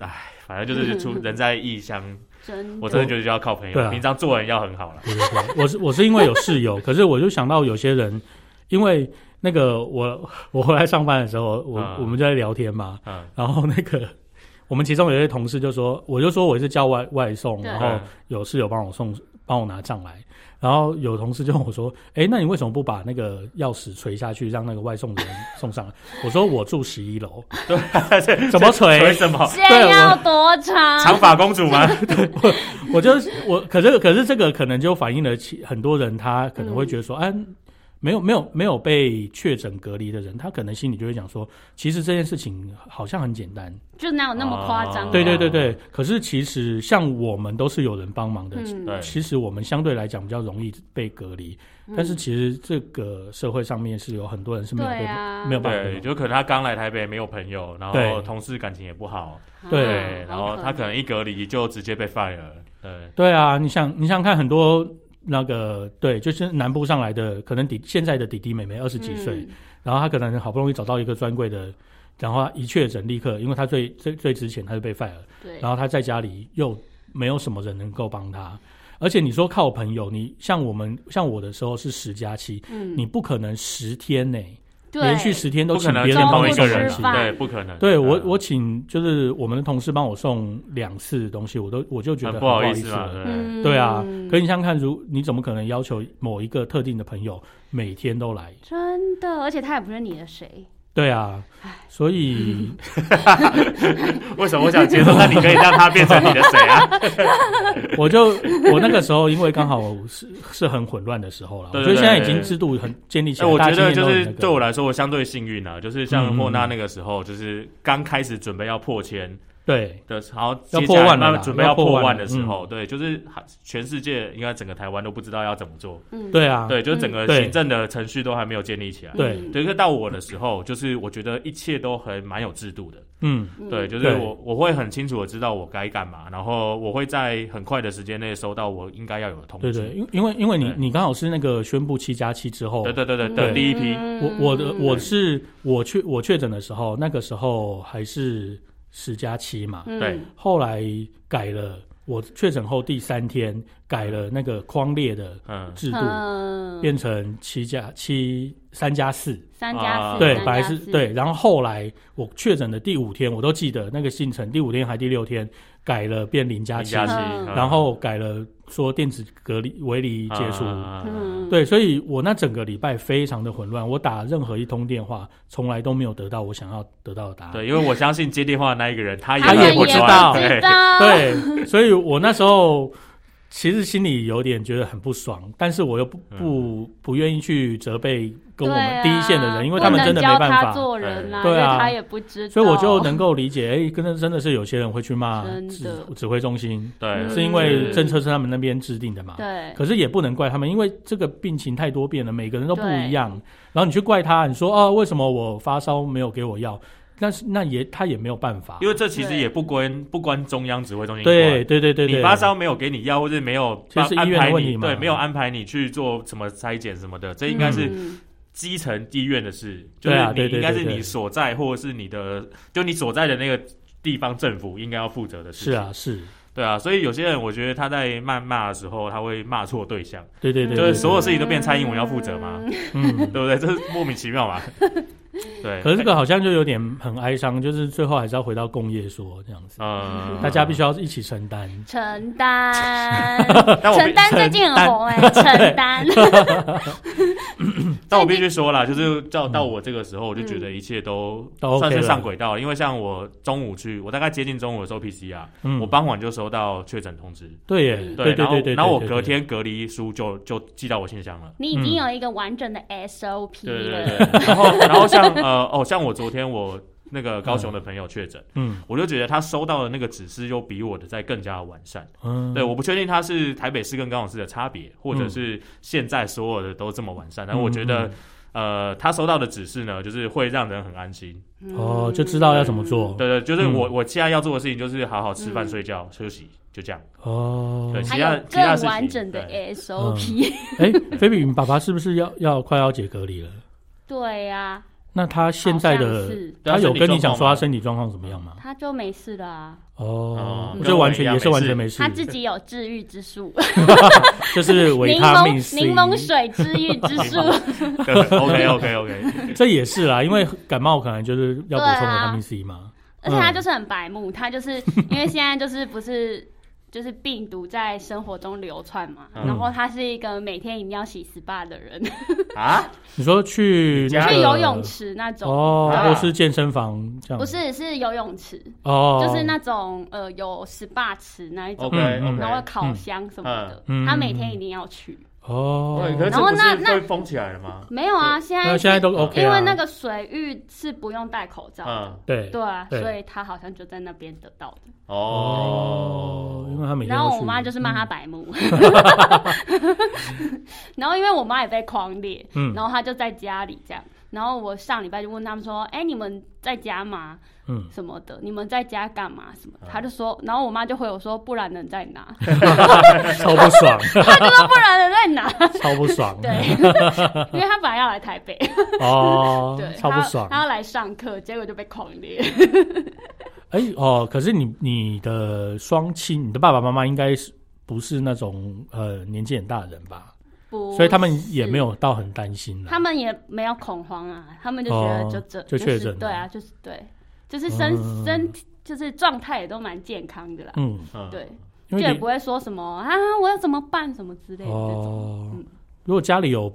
[SPEAKER 1] 哎，反正就是出人在异乡，
[SPEAKER 2] 真
[SPEAKER 1] 我真的觉得就要靠朋
[SPEAKER 3] 对啊
[SPEAKER 1] 友，平常做人要很好了。
[SPEAKER 3] 对对对，我是我是因为有室友，可是我就想到有些人，因为那个我我回来上班的时候，我、
[SPEAKER 1] 嗯
[SPEAKER 3] 我们就在聊天嘛，
[SPEAKER 1] 嗯，
[SPEAKER 3] 然后那个我们其中有一些同事就说，我就说我是叫外外送，
[SPEAKER 2] 对
[SPEAKER 3] 然后有室友帮我送帮我拿账来，然后有同事就问我说，哎，那你为什么不把那个钥匙垂下去，让那个外送的人送上来？我说我住十一楼，
[SPEAKER 1] 对，
[SPEAKER 3] 怎么
[SPEAKER 1] 吹
[SPEAKER 3] 垂？
[SPEAKER 1] 什么？
[SPEAKER 2] 线要多
[SPEAKER 1] 长
[SPEAKER 2] 长？
[SPEAKER 1] 发公主 吗？
[SPEAKER 3] 我就是我，可是可是这个可能就反映了其很多人他可能会觉得说，哎、
[SPEAKER 2] 嗯
[SPEAKER 3] 没有没有没有被确诊隔离的人，他可能心里就会讲说，其实这件事情好像很简单，
[SPEAKER 2] 就哪有那么夸张
[SPEAKER 1] 哦
[SPEAKER 2] 啊？
[SPEAKER 3] 对对对对，可是其实像我们都是有人帮忙的，
[SPEAKER 2] 嗯，
[SPEAKER 1] 对
[SPEAKER 3] 其实我们相对来讲比较容易被隔离，但是其实这个社会上面是有很多人是没有被、
[SPEAKER 2] 对啊
[SPEAKER 3] 没有办法
[SPEAKER 1] 对，
[SPEAKER 3] 被
[SPEAKER 1] 就可能他刚来台北没有朋友，然后
[SPEAKER 3] 对
[SPEAKER 1] 同事感情也不好，
[SPEAKER 3] 对
[SPEAKER 1] 对，然后他可能一隔离就直接被 fire 了。对，
[SPEAKER 3] 对啊，你想你想看很多那个对，就是南部上来的，可能弟现在的弟弟妹妹二十几
[SPEAKER 2] 嗯
[SPEAKER 3] 岁，，然后他可能好不容易找到一个专柜的，然后他一确诊立刻，因为他最最最值钱，他就被 fire 了。
[SPEAKER 2] 对，
[SPEAKER 3] 然后他在家里又没有什么人能够帮他，而且你说靠朋友，你像我们像我的时候是十加七，
[SPEAKER 2] 嗯，
[SPEAKER 3] 你不可能十天内
[SPEAKER 2] 对
[SPEAKER 3] 连续十天都
[SPEAKER 1] 不可
[SPEAKER 3] 请
[SPEAKER 1] 能
[SPEAKER 3] 别
[SPEAKER 1] 是
[SPEAKER 3] 人帮
[SPEAKER 1] 同
[SPEAKER 3] 我
[SPEAKER 1] 一
[SPEAKER 3] 送
[SPEAKER 1] 个
[SPEAKER 2] 不
[SPEAKER 1] 人嗯
[SPEAKER 3] 东
[SPEAKER 2] 吃
[SPEAKER 3] 西。
[SPEAKER 2] 饭
[SPEAKER 1] 对，不可能。
[SPEAKER 3] 对我，
[SPEAKER 1] 嗯
[SPEAKER 3] 我请就是我们的同事帮我送两次东西，我都我就觉
[SPEAKER 1] 很
[SPEAKER 3] 得很
[SPEAKER 1] 不
[SPEAKER 3] 不好
[SPEAKER 1] 好意
[SPEAKER 3] 思
[SPEAKER 1] 思啊嘛，
[SPEAKER 3] 了。
[SPEAKER 1] 对，
[SPEAKER 2] 嗯
[SPEAKER 3] 对啊，可你想想看，如你怎么可能要求某一个特定的朋友每天都来？
[SPEAKER 2] 真的，而且他也不是你的谁，
[SPEAKER 3] 对啊，所以
[SPEAKER 1] 为什么我想接受？那你可以让他变成你的谁啊？
[SPEAKER 3] 我就我那个时候，因为刚好是是很混乱的时候了，我
[SPEAKER 1] 对
[SPEAKER 3] 觉得
[SPEAKER 1] 对
[SPEAKER 3] 现在已
[SPEAKER 1] 对
[SPEAKER 3] 经制度很建立起
[SPEAKER 1] 哎，
[SPEAKER 3] 来，
[SPEAKER 1] 我
[SPEAKER 3] 大
[SPEAKER 1] 觉
[SPEAKER 3] 家
[SPEAKER 1] 得
[SPEAKER 3] 啊今天
[SPEAKER 1] 就
[SPEAKER 3] 都很
[SPEAKER 1] 是
[SPEAKER 3] 那个
[SPEAKER 1] 对我来说，我相对幸运啊，就是像
[SPEAKER 3] 嗯
[SPEAKER 1] 莫娜那个时候，就是刚开始准备要破千
[SPEAKER 3] 对
[SPEAKER 1] 的，然后
[SPEAKER 3] 要
[SPEAKER 1] 接
[SPEAKER 3] 破
[SPEAKER 1] 下来
[SPEAKER 3] 万了
[SPEAKER 1] 慢慢
[SPEAKER 3] 啦
[SPEAKER 1] 准备
[SPEAKER 3] 要
[SPEAKER 1] 要
[SPEAKER 3] 破
[SPEAKER 1] 破
[SPEAKER 3] 万
[SPEAKER 1] 万
[SPEAKER 3] 了嗯
[SPEAKER 1] 的时候，对，就是全世界应该整个台湾都不知道要怎么做，
[SPEAKER 2] 嗯，
[SPEAKER 3] 对啊，
[SPEAKER 1] 对，就是整
[SPEAKER 3] 嗯
[SPEAKER 1] 个
[SPEAKER 3] 对
[SPEAKER 1] 行政的程序都还没有建立起来。
[SPEAKER 3] 对
[SPEAKER 2] 嗯
[SPEAKER 1] 对，可是到我的时候，就是我觉得一切都很蛮有制度的，
[SPEAKER 3] 嗯
[SPEAKER 2] 嗯
[SPEAKER 1] 对，就是
[SPEAKER 3] 对
[SPEAKER 1] 我我会很清楚的知道我该干嘛，然后我会在很快的时间内收到我应该要有的通
[SPEAKER 3] 对
[SPEAKER 1] 知。
[SPEAKER 3] 对，因因为因为你
[SPEAKER 1] 对
[SPEAKER 3] 你刚好是那个宣布七加七之后，
[SPEAKER 1] 对嗯对对对
[SPEAKER 2] 嗯
[SPEAKER 3] 对
[SPEAKER 1] 的第一批，
[SPEAKER 3] 我我的我是我确我确诊的时候，那个时候还是十加七嘛，
[SPEAKER 2] 嗯
[SPEAKER 1] 对，
[SPEAKER 3] 后来改了，我确诊后第三天改了那个框列的
[SPEAKER 1] 嗯，
[SPEAKER 3] 制度，
[SPEAKER 2] 嗯
[SPEAKER 3] 变成七加七三加四。
[SPEAKER 2] 三加
[SPEAKER 1] 啊
[SPEAKER 2] 四，
[SPEAKER 3] 啊对，
[SPEAKER 2] 三
[SPEAKER 3] 本来
[SPEAKER 2] 加
[SPEAKER 3] 是
[SPEAKER 2] 四
[SPEAKER 3] 对，，然后后来我确诊的第五天，我都记得那个进程，第五天还第六天改了变零加
[SPEAKER 1] 零
[SPEAKER 3] 七，
[SPEAKER 1] 加七，
[SPEAKER 2] 嗯
[SPEAKER 1] 嗯
[SPEAKER 3] 然后改了说电子隔离围离接触。
[SPEAKER 1] 嗯
[SPEAKER 2] 嗯，
[SPEAKER 3] 对，所以我那整个礼拜非常的混乱，我打任何一通电话，从来都没有得到我想要得到的答案。
[SPEAKER 1] 对，因为我相信接电话的那一个人，他
[SPEAKER 2] 他
[SPEAKER 3] 也
[SPEAKER 1] 也
[SPEAKER 3] 不
[SPEAKER 1] 不
[SPEAKER 3] 知
[SPEAKER 1] 知
[SPEAKER 3] 道
[SPEAKER 1] 对
[SPEAKER 2] 知，道，
[SPEAKER 3] 对，所以我那时候其实心里有点觉得很不爽，但是我又不
[SPEAKER 1] 嗯
[SPEAKER 3] 不不愿意去责备跟我
[SPEAKER 2] 对
[SPEAKER 3] 们
[SPEAKER 2] 啊
[SPEAKER 3] 第一线的人，因为他们真的没
[SPEAKER 2] 不能
[SPEAKER 3] 办
[SPEAKER 2] 教他
[SPEAKER 3] 法。
[SPEAKER 2] 做人啦，
[SPEAKER 3] 对对啊
[SPEAKER 2] 因为他也不知道，
[SPEAKER 3] 所以我就能够理解，哎、真的真的是有些人会去骂
[SPEAKER 2] 真
[SPEAKER 3] 指
[SPEAKER 2] 的
[SPEAKER 3] 指挥中心，
[SPEAKER 1] 对，
[SPEAKER 3] 是因为政策是他们那边制定的嘛。
[SPEAKER 2] 对，
[SPEAKER 3] 可是也不能怪他们，因为这个病情太多变了，每个人都不
[SPEAKER 2] 对
[SPEAKER 3] 一样。然后你去怪他，你说啊，为什么我发烧没有给我药？但是那也他也没有办法
[SPEAKER 1] 因。为这其实也不关不关中央指挥中心
[SPEAKER 3] 对
[SPEAKER 1] 管。
[SPEAKER 3] 对对对对，
[SPEAKER 1] 你发烧没有给你药，或者没有
[SPEAKER 3] 这
[SPEAKER 1] 帮
[SPEAKER 3] 是医
[SPEAKER 1] 安
[SPEAKER 3] 院的
[SPEAKER 1] 排
[SPEAKER 3] 问
[SPEAKER 1] 你
[SPEAKER 3] 题，嘛
[SPEAKER 1] 对，没有安排你去做什么筛检什么的，这应
[SPEAKER 2] 嗯
[SPEAKER 1] 该是基层医院的事，就
[SPEAKER 3] 对啊
[SPEAKER 1] 是
[SPEAKER 3] 对
[SPEAKER 1] 你
[SPEAKER 3] 对
[SPEAKER 1] 应该
[SPEAKER 3] 对
[SPEAKER 1] 是
[SPEAKER 3] 对
[SPEAKER 1] 你所在或者是你的，就你所在的那个地方政府应该要负责的事。
[SPEAKER 3] 是，啊是，
[SPEAKER 1] 对啊，所以有些人我觉得他在谩骂的时候，他会骂错对象，
[SPEAKER 2] 嗯
[SPEAKER 3] 对对对，
[SPEAKER 1] 就是
[SPEAKER 3] 对
[SPEAKER 1] 所有事情都变蔡英文要负责吗？
[SPEAKER 3] 嗯，
[SPEAKER 1] 对不对？这是莫名其妙嘛。对，
[SPEAKER 3] 可是这个好像就有点很哀伤，就是最后还是要回到共业说这样子，
[SPEAKER 1] 呃，
[SPEAKER 3] 大家必须要一起承担。
[SPEAKER 2] 承 担，
[SPEAKER 1] 但我必
[SPEAKER 2] 承担最近很红哎、承担，
[SPEAKER 3] 嗯
[SPEAKER 1] 但我必须说啦，就是到到我这个时候，我
[SPEAKER 2] 嗯
[SPEAKER 1] 就觉得一切都
[SPEAKER 3] 都 OK
[SPEAKER 1] 算是
[SPEAKER 3] 了
[SPEAKER 1] 上轨道了。因为像我中午去，我大概接近中午的时候 PCR，
[SPEAKER 3] 嗯，
[SPEAKER 1] 我傍晚就收到确诊通知，
[SPEAKER 3] 对耶，对
[SPEAKER 1] 然
[SPEAKER 3] 对
[SPEAKER 1] 后
[SPEAKER 3] 对对，
[SPEAKER 1] 然后我
[SPEAKER 3] 对
[SPEAKER 1] 隔，天隔离书就就寄到我信箱了。
[SPEAKER 2] 你已经有一个完整的 SOP
[SPEAKER 1] 对
[SPEAKER 2] 了。
[SPEAKER 1] 对对，然后然后 像呃哦，像我昨天我那个高雄的朋友确诊，
[SPEAKER 3] 对对嗯
[SPEAKER 1] 我就觉得他收到的那个指示又比我的再更加完善。
[SPEAKER 3] 嗯，
[SPEAKER 1] 对，我不确定他是台北市跟高雄市的差别，或者是现在所有的都这么完善，但我觉
[SPEAKER 3] 嗯
[SPEAKER 1] 得。呃，他收到的指示呢，就是会让人很安心。
[SPEAKER 2] 嗯
[SPEAKER 3] 哦，就知道要怎么做
[SPEAKER 1] 对对，就是我、
[SPEAKER 3] 嗯
[SPEAKER 1] 我现在要做的事情就是好好吃饭、
[SPEAKER 2] 嗯
[SPEAKER 1] 睡觉、休息，就这样。
[SPEAKER 3] 哦。
[SPEAKER 1] 对
[SPEAKER 2] 还
[SPEAKER 1] 其他
[SPEAKER 2] 有
[SPEAKER 1] 其他事
[SPEAKER 2] 更
[SPEAKER 1] 情
[SPEAKER 2] 完整的
[SPEAKER 1] 对
[SPEAKER 2] SOP，、
[SPEAKER 3] 哎， 菲比，你爸爸是不是要要快要解隔离了？
[SPEAKER 2] 对呀、
[SPEAKER 3] 那他现在
[SPEAKER 2] 好像
[SPEAKER 3] 的
[SPEAKER 2] 是
[SPEAKER 1] 对啊
[SPEAKER 3] 他有跟你讲说他
[SPEAKER 1] 身
[SPEAKER 3] 身体状况怎么样吗？
[SPEAKER 2] 他就没事了啊，
[SPEAKER 3] 哦
[SPEAKER 1] 嗯，
[SPEAKER 3] 我
[SPEAKER 1] 跟
[SPEAKER 3] 就
[SPEAKER 1] 我
[SPEAKER 3] 完
[SPEAKER 1] 一
[SPEAKER 3] 全
[SPEAKER 1] 样
[SPEAKER 3] 也是完全没
[SPEAKER 1] 没
[SPEAKER 3] 事
[SPEAKER 2] 他，自己有治愈之术，
[SPEAKER 3] 就是维
[SPEAKER 2] 柠
[SPEAKER 3] 他命 C 嗯
[SPEAKER 2] 檬。柠檬水治愈之 术，
[SPEAKER 1] OK OK OK，
[SPEAKER 3] 这也是啦，因为感冒可能就是要补充
[SPEAKER 2] 对
[SPEAKER 3] 维
[SPEAKER 2] 啊
[SPEAKER 3] 他命 C 嘛。
[SPEAKER 2] 而且他就是很白目，他就是因为现在就是不是。就是病毒在生活中流窜嘛，
[SPEAKER 1] 嗯
[SPEAKER 2] 然后他是一个每天一定要洗 SPA 的人，
[SPEAKER 1] 啊，
[SPEAKER 3] 你说去
[SPEAKER 1] 加
[SPEAKER 3] 那
[SPEAKER 2] 去
[SPEAKER 3] 个
[SPEAKER 2] 游泳池那种，
[SPEAKER 3] 哦，
[SPEAKER 1] 啊
[SPEAKER 3] 或是健身房这样？
[SPEAKER 2] 不是是游泳池，
[SPEAKER 3] 哦，
[SPEAKER 2] 就是那种呃有 SPA 池那一种
[SPEAKER 1] OK，
[SPEAKER 3] 嗯
[SPEAKER 2] 然后
[SPEAKER 1] OK
[SPEAKER 2] 烤箱什么的，
[SPEAKER 3] 嗯嗯
[SPEAKER 2] 他每天一定要去。
[SPEAKER 3] 哦，
[SPEAKER 1] 对，可是
[SPEAKER 2] 然后
[SPEAKER 1] 这不
[SPEAKER 2] 那
[SPEAKER 1] 是
[SPEAKER 2] 那
[SPEAKER 1] 会封起来了吗？
[SPEAKER 2] 没有啊，现在
[SPEAKER 3] 那现在都 OK 啊
[SPEAKER 2] 因为那个水域是不用戴口罩的，
[SPEAKER 1] 嗯，
[SPEAKER 3] 对
[SPEAKER 2] 对啊，
[SPEAKER 3] 对
[SPEAKER 2] 所以他好像就在那边得到的。
[SPEAKER 1] 哦，
[SPEAKER 3] 因为他每天
[SPEAKER 2] 然后
[SPEAKER 3] 都去嗯
[SPEAKER 2] 我妈就是骂他白 目， 然后因为我妈也被狂裂，
[SPEAKER 3] 嗯
[SPEAKER 2] 然后她就在家里这样。然后我上礼拜就问他们说：“哎、你们在家吗？
[SPEAKER 3] 嗯，啊
[SPEAKER 2] 什么的？你们在家干嘛？什么的？”他就说，然后我妈就回我说：“不然能在哪？”
[SPEAKER 3] 超不爽，
[SPEAKER 2] 她就说：“不然能在 哪
[SPEAKER 3] 超不？”爽，
[SPEAKER 2] 对，因为她本来要来台北，
[SPEAKER 3] 哦
[SPEAKER 2] 对，，
[SPEAKER 3] 超
[SPEAKER 2] 她
[SPEAKER 3] 不爽
[SPEAKER 2] 她。要来上课，结果就被狂裂。
[SPEAKER 3] 哎哦，可是你你的双亲，你的爸爸妈妈应该是不是那种呃年纪很大的人吧？
[SPEAKER 2] 不
[SPEAKER 3] 所以他们也
[SPEAKER 2] 是
[SPEAKER 3] 没有到很担心啦
[SPEAKER 2] 他们也没有恐慌啊，他们就觉得就这、
[SPEAKER 3] 哦就确诊
[SPEAKER 2] 是
[SPEAKER 3] 了
[SPEAKER 2] 对啊，就是对，就是
[SPEAKER 1] 哦
[SPEAKER 2] 身、
[SPEAKER 3] 嗯
[SPEAKER 2] 身体就是状态也都蛮健康的啦，
[SPEAKER 3] 嗯，
[SPEAKER 1] 嗯，
[SPEAKER 2] 对，
[SPEAKER 3] 因
[SPEAKER 2] 就
[SPEAKER 3] 为
[SPEAKER 2] 也
[SPEAKER 3] 你
[SPEAKER 2] 不会说什么啊，我要怎么办什么之类的这种。
[SPEAKER 3] 哦
[SPEAKER 2] 嗯，
[SPEAKER 3] 如果家里有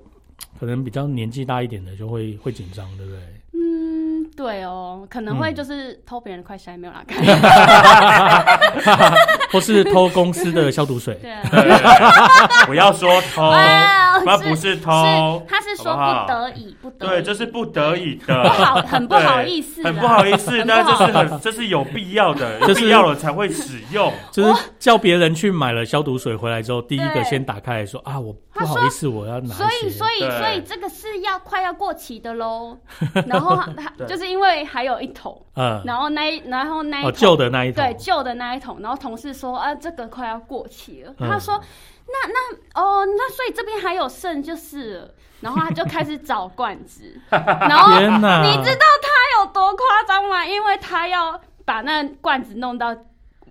[SPEAKER 3] 可能比较年纪大一点的，就会会紧张，对不对？
[SPEAKER 2] 嗯，对哦，可能会
[SPEAKER 3] 嗯
[SPEAKER 2] 就是偷别人的快筛没有啦，
[SPEAKER 3] 或是偷公司的消毒 水
[SPEAKER 2] 对啊，
[SPEAKER 1] 对对对不要说偷，
[SPEAKER 2] 哇
[SPEAKER 1] 哦那
[SPEAKER 2] 是
[SPEAKER 1] 不是偷
[SPEAKER 2] 是，他是说
[SPEAKER 1] 好不好
[SPEAKER 2] 不得已，不得已，
[SPEAKER 1] 对，这是不得已
[SPEAKER 2] 不
[SPEAKER 1] 的。
[SPEAKER 2] 好，很不好意思啦，
[SPEAKER 1] 很不好意思，
[SPEAKER 2] 很不
[SPEAKER 1] 但是
[SPEAKER 2] 好
[SPEAKER 1] 这是很这是有必要的，
[SPEAKER 3] 就
[SPEAKER 1] 有
[SPEAKER 3] 是
[SPEAKER 1] 必要了才会使用。
[SPEAKER 3] 就是叫别人去买了消毒水回来之后，第一个
[SPEAKER 2] 对
[SPEAKER 3] 先打开来说啊，我不
[SPEAKER 2] 他说
[SPEAKER 3] 好意思，我要拿
[SPEAKER 2] 所
[SPEAKER 3] 一
[SPEAKER 2] 以，
[SPEAKER 3] 些
[SPEAKER 2] 所以，
[SPEAKER 1] 对
[SPEAKER 2] 所以这个是要快要过期的 喽。然后他
[SPEAKER 1] 对
[SPEAKER 2] 就是因为还有一桶，
[SPEAKER 3] 嗯，
[SPEAKER 2] 然后那一然后那一
[SPEAKER 3] 哦
[SPEAKER 2] 桶、
[SPEAKER 3] 旧的那一桶，
[SPEAKER 2] 对旧的那一桶，然后同事说啊，这个快要过期了。
[SPEAKER 3] 嗯
[SPEAKER 2] 他说那那哦，那所以这边还有剩就是了。然后他就开始找罐 子，然后
[SPEAKER 3] 天哪
[SPEAKER 2] 哦你知道他有多夸张吗？因为他要把那罐子弄到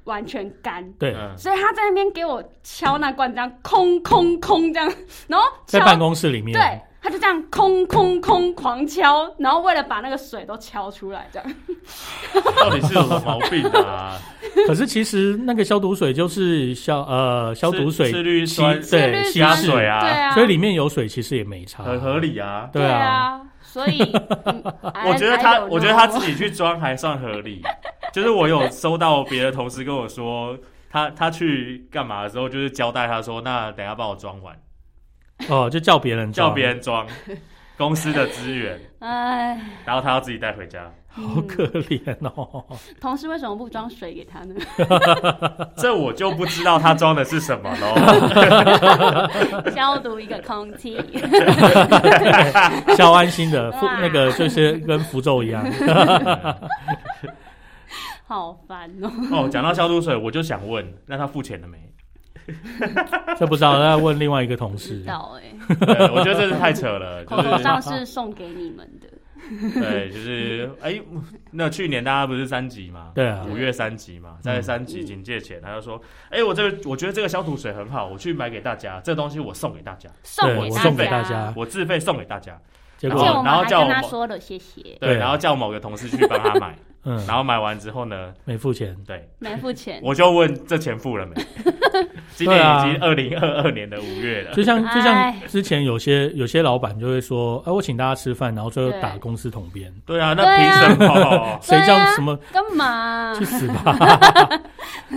[SPEAKER 2] 完全干。
[SPEAKER 3] 对
[SPEAKER 1] 嗯
[SPEAKER 2] 所以他在那边给我敲那罐子，这样空空空这样，然后敲
[SPEAKER 3] 在办公室里面，
[SPEAKER 2] 对，他就这样空空空狂敲，然后为了把那个水都敲出来，这样。
[SPEAKER 1] 到底是有什么毛病啊？
[SPEAKER 3] 可是其实那个消毒水就是消呃消毒水
[SPEAKER 1] 是是氯
[SPEAKER 3] 稀
[SPEAKER 1] 酸
[SPEAKER 2] 是
[SPEAKER 3] 对
[SPEAKER 2] 氯
[SPEAKER 3] 稀
[SPEAKER 1] 加
[SPEAKER 2] 酸
[SPEAKER 3] 释
[SPEAKER 1] 水啊
[SPEAKER 2] 对啊，
[SPEAKER 3] 所以里面有水其实也没差，
[SPEAKER 1] 很合。理啊。
[SPEAKER 3] 对
[SPEAKER 2] 对
[SPEAKER 3] 啊，
[SPEAKER 2] 啊，所以嗯
[SPEAKER 1] 我觉得
[SPEAKER 2] I- I
[SPEAKER 1] 他
[SPEAKER 2] don't，know
[SPEAKER 1] 我觉得他自己去装还算合理。就是我有收到别的同事跟我说，他他去干嘛的时候，就是交代他说，那等一下帮我装完，
[SPEAKER 2] 啊
[SPEAKER 3] 哦，就叫别人
[SPEAKER 1] 叫
[SPEAKER 3] 装
[SPEAKER 1] 别人装公司的资源，
[SPEAKER 2] 哎，
[SPEAKER 1] 然后他要自己带回家。
[SPEAKER 3] 好 可怜哦。
[SPEAKER 2] 嗯同事为什么不装水给他呢？
[SPEAKER 1] 这我就不知道他装的是什么喽。
[SPEAKER 2] 消毒一个空气，
[SPEAKER 3] 消安心的符
[SPEAKER 2] 哇
[SPEAKER 3] 那个就是跟符咒一样，
[SPEAKER 2] 好烦哦。
[SPEAKER 1] 哦，讲到消毒水，我就想问，那他付钱了没？
[SPEAKER 3] 这不知道要问另外一个同
[SPEAKER 2] 知
[SPEAKER 3] 事。
[SPEAKER 2] 道哎，
[SPEAKER 1] 对我觉得这是太扯了，就
[SPEAKER 2] 口头
[SPEAKER 1] 是
[SPEAKER 2] 上是送给你们的，
[SPEAKER 1] 对，就是哎，那去年大家不是三级吗？
[SPEAKER 3] 对啊，
[SPEAKER 1] 五月三级嘛，在三级警戒前，他就说：“哎、我这个我觉得这个消毒水很好，我去买给大家，这东西我送给大家，
[SPEAKER 2] 送
[SPEAKER 3] 对
[SPEAKER 2] 给
[SPEAKER 3] 我送给
[SPEAKER 2] 大
[SPEAKER 3] 大家
[SPEAKER 1] 我自费送给大家。”
[SPEAKER 3] 结
[SPEAKER 2] 而
[SPEAKER 1] 然
[SPEAKER 2] 且
[SPEAKER 1] 后
[SPEAKER 2] 我
[SPEAKER 3] 果
[SPEAKER 2] 们
[SPEAKER 1] 然后
[SPEAKER 2] 还
[SPEAKER 1] 叫
[SPEAKER 2] 跟
[SPEAKER 1] 我
[SPEAKER 2] 他
[SPEAKER 1] 们
[SPEAKER 2] 说了谢谢，
[SPEAKER 1] 对，
[SPEAKER 3] 对啊
[SPEAKER 1] 然后叫某个同事去帮他买，
[SPEAKER 3] 嗯
[SPEAKER 1] 然后买完之后呢，
[SPEAKER 3] 没付钱，
[SPEAKER 1] 对，
[SPEAKER 2] 没付钱。
[SPEAKER 1] 我就问这钱付了 没？今
[SPEAKER 3] 对
[SPEAKER 1] 年
[SPEAKER 3] 啊
[SPEAKER 1] 已经二零二二年的五月了，
[SPEAKER 3] 就像就像
[SPEAKER 2] 哎
[SPEAKER 3] 之前有些有些老板就会说，哎、我请大家吃饭，然后最后
[SPEAKER 2] 对
[SPEAKER 3] 打公司统编，
[SPEAKER 1] 对啊，那
[SPEAKER 2] 对
[SPEAKER 1] 凭
[SPEAKER 2] 啊
[SPEAKER 1] 什
[SPEAKER 3] 哦
[SPEAKER 1] 么？
[SPEAKER 3] 谁叫
[SPEAKER 2] 对啊
[SPEAKER 3] 什么
[SPEAKER 2] 干 嘛
[SPEAKER 3] 去？死吧！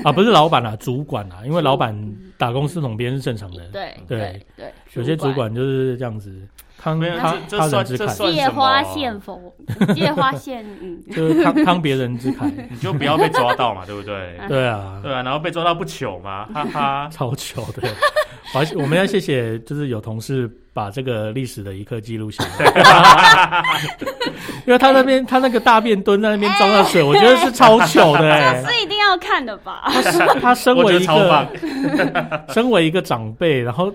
[SPEAKER 3] 啊，不是老板啊，主管嗯啊，因为老板打公司统编是正常的。
[SPEAKER 2] 对
[SPEAKER 3] 对
[SPEAKER 2] 对，
[SPEAKER 3] 有些主管就是这样子，康
[SPEAKER 1] 没有
[SPEAKER 3] 他
[SPEAKER 1] 这这
[SPEAKER 3] 他人
[SPEAKER 1] 算
[SPEAKER 3] 之
[SPEAKER 1] 这
[SPEAKER 3] 慨，
[SPEAKER 1] 算
[SPEAKER 2] 借
[SPEAKER 1] 什么
[SPEAKER 2] 花献佛，借花献嗯，
[SPEAKER 3] 就是康 康别人之慨。
[SPEAKER 1] 你就不要被抓到嘛，对不对？
[SPEAKER 3] 对啊，。
[SPEAKER 1] 对啊，然后被抓到不糗嘛，哈哈
[SPEAKER 3] 超糗的。我还是我们要谢谢，就是有同事把这个历史的一刻记录下来，因为他那边他那个大便蹲在那边装 了水，我觉得是超糗的、欸。
[SPEAKER 2] 这一定要看的吧？
[SPEAKER 3] 他身
[SPEAKER 1] 我觉
[SPEAKER 3] 为
[SPEAKER 1] 得
[SPEAKER 3] 一
[SPEAKER 1] 超棒
[SPEAKER 3] 个，身为一个长辈，然后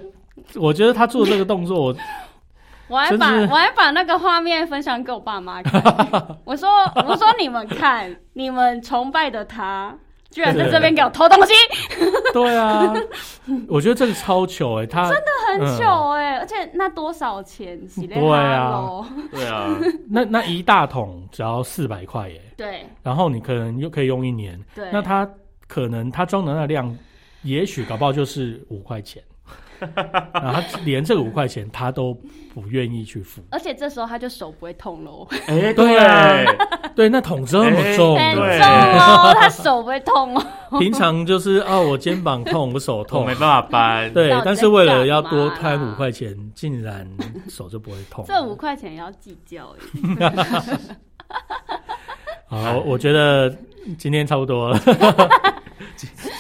[SPEAKER 3] 我觉得他做这个动作，我
[SPEAKER 2] 我还把
[SPEAKER 3] 真是
[SPEAKER 2] 我还把那个画面分享给我爸妈 看，我说我说你们看，你们崇拜的他居然在这边给我偷东
[SPEAKER 3] 嗯
[SPEAKER 2] 西，
[SPEAKER 3] 对啊，我觉得这个超糗哎、他真
[SPEAKER 2] 很糗哎、而且那多少钱？洗脸
[SPEAKER 3] 对啊
[SPEAKER 2] 喽，
[SPEAKER 1] 对啊，
[SPEAKER 3] 那那一大桶只要四百块耶，
[SPEAKER 2] 对
[SPEAKER 3] 然后你可能又可以用一年，
[SPEAKER 2] 对，
[SPEAKER 3] 那他可能他装的那量，也许搞不好就是五块钱， 然后他连这个五块钱他都不愿意去付，
[SPEAKER 2] 而且这时候他就手不会痛喽，
[SPEAKER 1] 哎，
[SPEAKER 3] 对啊对，那桶这么重
[SPEAKER 2] 很重
[SPEAKER 1] 对
[SPEAKER 3] 的，
[SPEAKER 2] 哦，他手不会痛哦，
[SPEAKER 3] 平常就是啊我肩膀痛，我手
[SPEAKER 1] 我
[SPEAKER 3] 痛
[SPEAKER 1] 没。办法搬。
[SPEAKER 3] 对
[SPEAKER 2] 到底，在
[SPEAKER 3] 但是为了要多
[SPEAKER 2] 干嘛
[SPEAKER 3] 贪
[SPEAKER 2] 啦
[SPEAKER 3] 五块钱，竟然手就不会痛。
[SPEAKER 2] 这五块钱也要计较哎、
[SPEAKER 3] 好，我我觉得今天差不多 了。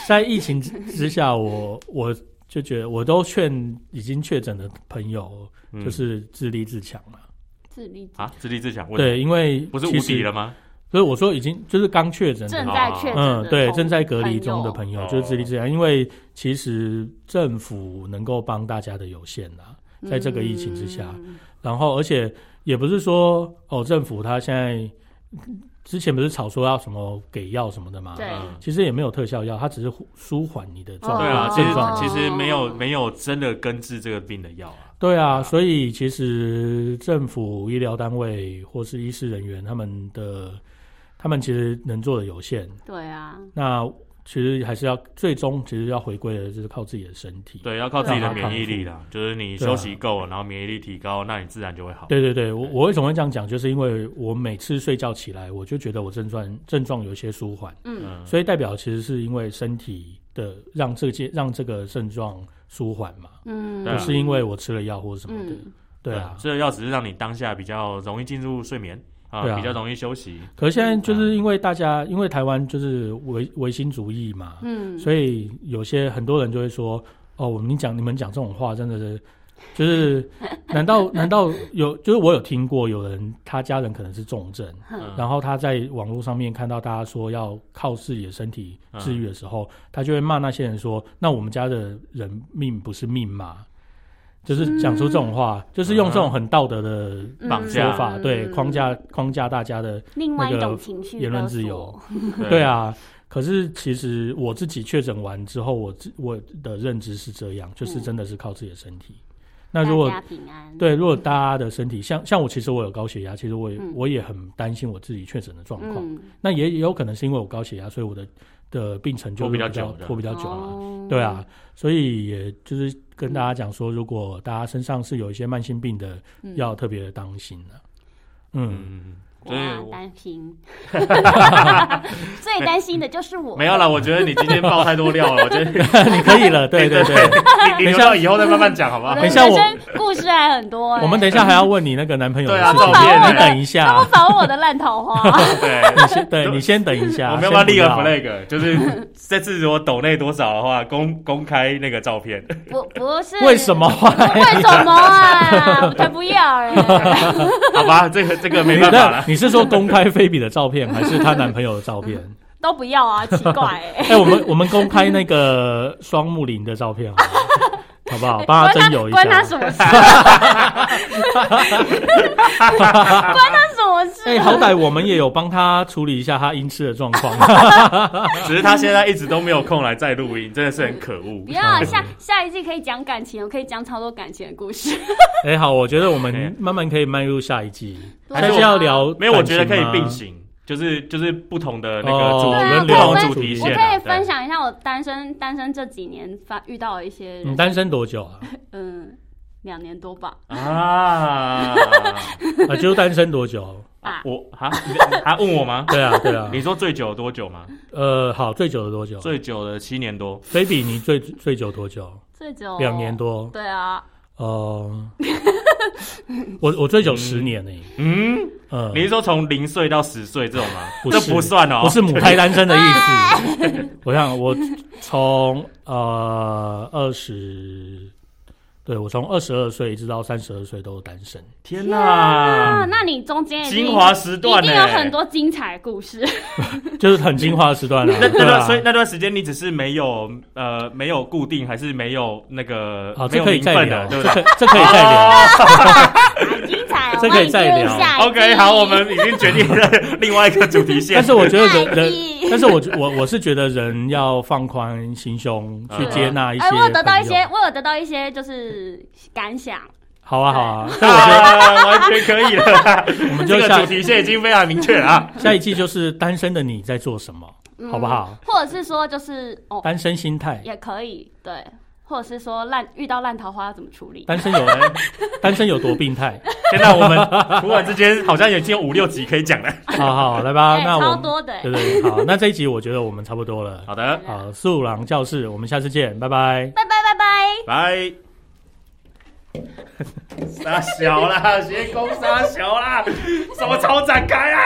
[SPEAKER 3] 在疫情之之下，我我就觉得我都劝已经确诊的朋友，
[SPEAKER 1] 嗯
[SPEAKER 3] 就是自立自强嘛。
[SPEAKER 2] 自立自
[SPEAKER 1] 啊，自立自强，，
[SPEAKER 3] 对，因为
[SPEAKER 1] 不是无
[SPEAKER 3] 其实
[SPEAKER 1] 敌啊了，吗？
[SPEAKER 3] 所以我说已经就是刚确诊
[SPEAKER 2] 正
[SPEAKER 3] 的，
[SPEAKER 2] 在确诊的
[SPEAKER 3] 嗯，对，
[SPEAKER 2] 同
[SPEAKER 3] 正在隔离中的朋友
[SPEAKER 1] 朋友
[SPEAKER 3] 就是自立自强，因为其实政府能够帮大家的有限啦、
[SPEAKER 2] 友
[SPEAKER 3] 在这个疫情之下
[SPEAKER 2] 嗯
[SPEAKER 3] 然后，而且也不是说哦，政府他现在之前不是吵说要什么给药什么的吗？
[SPEAKER 2] 对
[SPEAKER 1] 嗯
[SPEAKER 3] 其实也没有特效药，它只是舒缓你的
[SPEAKER 2] 哦
[SPEAKER 3] 状
[SPEAKER 1] 对啊，其
[SPEAKER 3] 症状。
[SPEAKER 1] 实其实没有没有真的根治这个病的药啊。
[SPEAKER 3] 对啊，所以其实政府医疗单位或是医师人员他们的，他们其实能做的有限。
[SPEAKER 2] 对啊，
[SPEAKER 3] 那其实还是要最终其实要回归的就是靠自己的身体。
[SPEAKER 1] 对，要靠自己的免疫力
[SPEAKER 3] 啊
[SPEAKER 1] 啦，就是你休息够了，然后免疫力提高，那你自然就会好。
[SPEAKER 3] 对对对，我我为什么会这样讲，就是因为我每次睡觉起来，我就觉得我症状症状有一些舒缓。
[SPEAKER 2] 嗯，
[SPEAKER 1] 嗯，
[SPEAKER 3] 所以代表其实是因为身体的让这件让这个症状舒缓嘛，
[SPEAKER 2] 嗯，
[SPEAKER 1] 对啊
[SPEAKER 3] 不是因为我吃了药或者什么的，
[SPEAKER 2] 嗯，
[SPEAKER 3] 对啊。
[SPEAKER 1] 这个药只是让你当下比较容易进入睡眠啊
[SPEAKER 3] 对，啊
[SPEAKER 1] 比较容易休息。
[SPEAKER 3] 可是现在
[SPEAKER 2] 嗯
[SPEAKER 3] 就是因为大家，因为台湾就是唯唯心主义嘛，
[SPEAKER 2] 嗯，
[SPEAKER 3] 所以有些很多人就会说，哦，你讲你们讲这种话真的是， 就是难道难道有就是我有听过有人他家人可能是重症，
[SPEAKER 1] 嗯
[SPEAKER 3] 然后他在网络上面看到大家说要靠自己的身体治愈的时
[SPEAKER 2] 嗯
[SPEAKER 3] 候，他就会骂那些人说：“那我们家的人命不是命吗？”就是讲出这种话，就是用这种很道德的
[SPEAKER 1] 绑
[SPEAKER 2] 嗯
[SPEAKER 1] 架
[SPEAKER 3] 说法，对框架框架大家的，
[SPEAKER 2] 另外一
[SPEAKER 3] 那个
[SPEAKER 2] 种情绪
[SPEAKER 3] 言论
[SPEAKER 2] 勒
[SPEAKER 3] 自
[SPEAKER 2] 索
[SPEAKER 3] 由，对，啊。可是其实我自己确诊完之后，我自我的认知是这样，
[SPEAKER 1] 嗯
[SPEAKER 3] 就是真的是靠自己的身体。那如果
[SPEAKER 2] 大家嗯平安，
[SPEAKER 3] 对，如果大家的身体像像我，其实我有高血压，其实我也、
[SPEAKER 2] 嗯
[SPEAKER 3] 我也很担心我自己确诊的状况。
[SPEAKER 2] 嗯，
[SPEAKER 3] 那也也有可能是因为我高血压，所以我的的病程就
[SPEAKER 1] 拖比较久
[SPEAKER 3] 久，
[SPEAKER 1] 的
[SPEAKER 3] 拖比较久啊。
[SPEAKER 2] 哦
[SPEAKER 3] 对啊，，所以也就是跟大家讲说，如果大家身上是有一些慢性病的，
[SPEAKER 2] 嗯
[SPEAKER 3] 要特别的当心了、嗯，
[SPEAKER 1] 嗯，所以
[SPEAKER 2] 我
[SPEAKER 1] 我
[SPEAKER 2] 担心， 最担心的就是我，
[SPEAKER 1] 没有啦，我觉得你今天爆太多料了，我觉得
[SPEAKER 3] 你可以了，对对对。
[SPEAKER 1] 你留到以后再慢慢讲好不
[SPEAKER 2] 我
[SPEAKER 1] 好
[SPEAKER 2] 的？
[SPEAKER 3] 等
[SPEAKER 2] 人
[SPEAKER 3] 一下我
[SPEAKER 2] 生故事还很多欸，
[SPEAKER 3] 我们等一下还要问你那个男朋友的
[SPEAKER 1] 对
[SPEAKER 3] 事
[SPEAKER 1] 啊
[SPEAKER 3] 情，
[SPEAKER 1] 照片
[SPEAKER 3] 你等一下
[SPEAKER 2] 模，仿我的烂桃 花，
[SPEAKER 1] 对，
[SPEAKER 3] 你先对你先等一下，
[SPEAKER 1] 我们要不要
[SPEAKER 3] 先
[SPEAKER 1] 立个
[SPEAKER 3] 要
[SPEAKER 1] flag？就是 这次如果抖内多少的话，公公开那个照片。
[SPEAKER 2] 不不是
[SPEAKER 3] 为什么？
[SPEAKER 2] 为什么啊？ 我才不要哎！
[SPEAKER 1] 好吧，这个这个没
[SPEAKER 3] 你
[SPEAKER 1] 办法了
[SPEAKER 3] 的。你是说公开菲比的照片，还是她男朋友的照片？
[SPEAKER 2] 都不要啊，奇怪 哎！
[SPEAKER 3] 哎、我们我们公开那个双木林的照片好 不好，好不好？帮
[SPEAKER 2] 关
[SPEAKER 3] 他
[SPEAKER 2] 他
[SPEAKER 3] 征友一 下。
[SPEAKER 2] 关他什么事？关他什么事？
[SPEAKER 3] 哎、好歹我们也有帮他处理一下他音痴的状况。啊
[SPEAKER 1] 只是他现在一直都没有空来再录音，真的是很可恶
[SPEAKER 2] 不。要下下一季可以讲感情，我可以讲超多感情的故事。
[SPEAKER 3] 哎、好，我觉得我们
[SPEAKER 1] OK
[SPEAKER 3] 慢慢可以迈入下一季，
[SPEAKER 2] 对啊
[SPEAKER 3] 还是要聊
[SPEAKER 1] 没有，我觉得可以
[SPEAKER 3] 感情吗
[SPEAKER 1] 并。行，就是就是不同的那
[SPEAKER 3] 哦
[SPEAKER 1] 个主
[SPEAKER 2] 对啊
[SPEAKER 1] 题，不
[SPEAKER 2] 对我
[SPEAKER 1] 同
[SPEAKER 2] 分
[SPEAKER 1] 主题
[SPEAKER 3] 理
[SPEAKER 2] 我
[SPEAKER 1] 线
[SPEAKER 3] 解
[SPEAKER 1] 啊。
[SPEAKER 2] 可以
[SPEAKER 1] 对
[SPEAKER 2] 分享一下我单身单身这几年发遇到的一些
[SPEAKER 3] 你
[SPEAKER 2] 人，
[SPEAKER 3] 单身多久啊？
[SPEAKER 2] 嗯，两年多吧。
[SPEAKER 1] 啊，
[SPEAKER 3] 啊，就单身多久？
[SPEAKER 2] 啊
[SPEAKER 1] 我啊，你还问我吗？
[SPEAKER 3] 对啊，对啊
[SPEAKER 1] 你。说最久多久吗？
[SPEAKER 3] 呃，好，最久的多久？
[SPEAKER 1] 最久的七年多，
[SPEAKER 3] 菲比，你最最久多久？
[SPEAKER 2] 最久
[SPEAKER 1] 哦
[SPEAKER 3] 两年。多。
[SPEAKER 2] 对啊，
[SPEAKER 3] 哦、我我最久十年呢、
[SPEAKER 1] 嗯，
[SPEAKER 3] 嗯，
[SPEAKER 1] 你是说从零岁到十岁这种吗？
[SPEAKER 3] 不
[SPEAKER 1] 这
[SPEAKER 3] 是
[SPEAKER 1] 不算哦，
[SPEAKER 3] 不是母胎单身的意思。 我想我从呃二十，对我从二十二岁一直到三十二岁都单身。
[SPEAKER 1] 天
[SPEAKER 2] 啊，
[SPEAKER 1] 哪，
[SPEAKER 2] 那你中间一定
[SPEAKER 1] 精华时段
[SPEAKER 2] 一定有
[SPEAKER 1] 呢
[SPEAKER 2] 很多精彩的故事。
[SPEAKER 3] 就是很精华的时段了、
[SPEAKER 1] 那那
[SPEAKER 3] 对
[SPEAKER 1] 段
[SPEAKER 3] 啊，
[SPEAKER 1] 所以那段时间你只是没有呃没有固定，还是没有那个
[SPEAKER 3] 好，
[SPEAKER 1] 没
[SPEAKER 3] 啊这
[SPEAKER 1] 有
[SPEAKER 3] 可以
[SPEAKER 1] 名
[SPEAKER 3] 再
[SPEAKER 1] 分
[SPEAKER 3] 聊，
[SPEAKER 1] 的，对
[SPEAKER 3] 这
[SPEAKER 1] 不
[SPEAKER 3] 可
[SPEAKER 1] 对哦
[SPEAKER 3] 以这可以再聊。
[SPEAKER 2] 精彩哦，
[SPEAKER 3] 这可以再聊
[SPEAKER 2] 那你进入下一
[SPEAKER 1] ？OK，
[SPEAKER 2] 季
[SPEAKER 1] 好，我们已经决定了另外一个主题线，
[SPEAKER 3] 但是 我觉得人
[SPEAKER 2] 太
[SPEAKER 3] 人
[SPEAKER 2] 低，
[SPEAKER 3] 但是我我我是觉得人要放宽心胸去
[SPEAKER 1] 嗯
[SPEAKER 3] 接纳一些
[SPEAKER 2] 哎，
[SPEAKER 3] 朋友。
[SPEAKER 2] 我有得到一些，我有得到一些就是感想。
[SPEAKER 3] 好啊好啊，但我觉得
[SPEAKER 1] 啊，完全可以 了。
[SPEAKER 3] 我们就
[SPEAKER 1] 这个
[SPEAKER 3] 下
[SPEAKER 1] 主题线已经非常明确了啊。
[SPEAKER 3] 下一季就是单身的你在做什么，
[SPEAKER 2] 嗯
[SPEAKER 3] 好不好？
[SPEAKER 2] 或者是说，就是哦，
[SPEAKER 3] 单身心态，
[SPEAKER 2] 也可以对，或者是说烂遇到烂桃花要怎么处理？
[SPEAKER 3] 单身有哎单身有多 病态？
[SPEAKER 1] 现在我们突然之间好像已经有五六集可以讲了。
[SPEAKER 3] 好好来吧，
[SPEAKER 2] 哎
[SPEAKER 3] 那
[SPEAKER 2] 超
[SPEAKER 3] 我
[SPEAKER 2] 多的、
[SPEAKER 3] 对对对好，那这一集我觉得我们差不多了。
[SPEAKER 1] 好的，
[SPEAKER 3] 好，素狼教室，我们下次见，拜拜。
[SPEAKER 2] 拜拜拜拜。
[SPEAKER 1] 拜。傻小啦，学工傻小啦，什么超展开啊？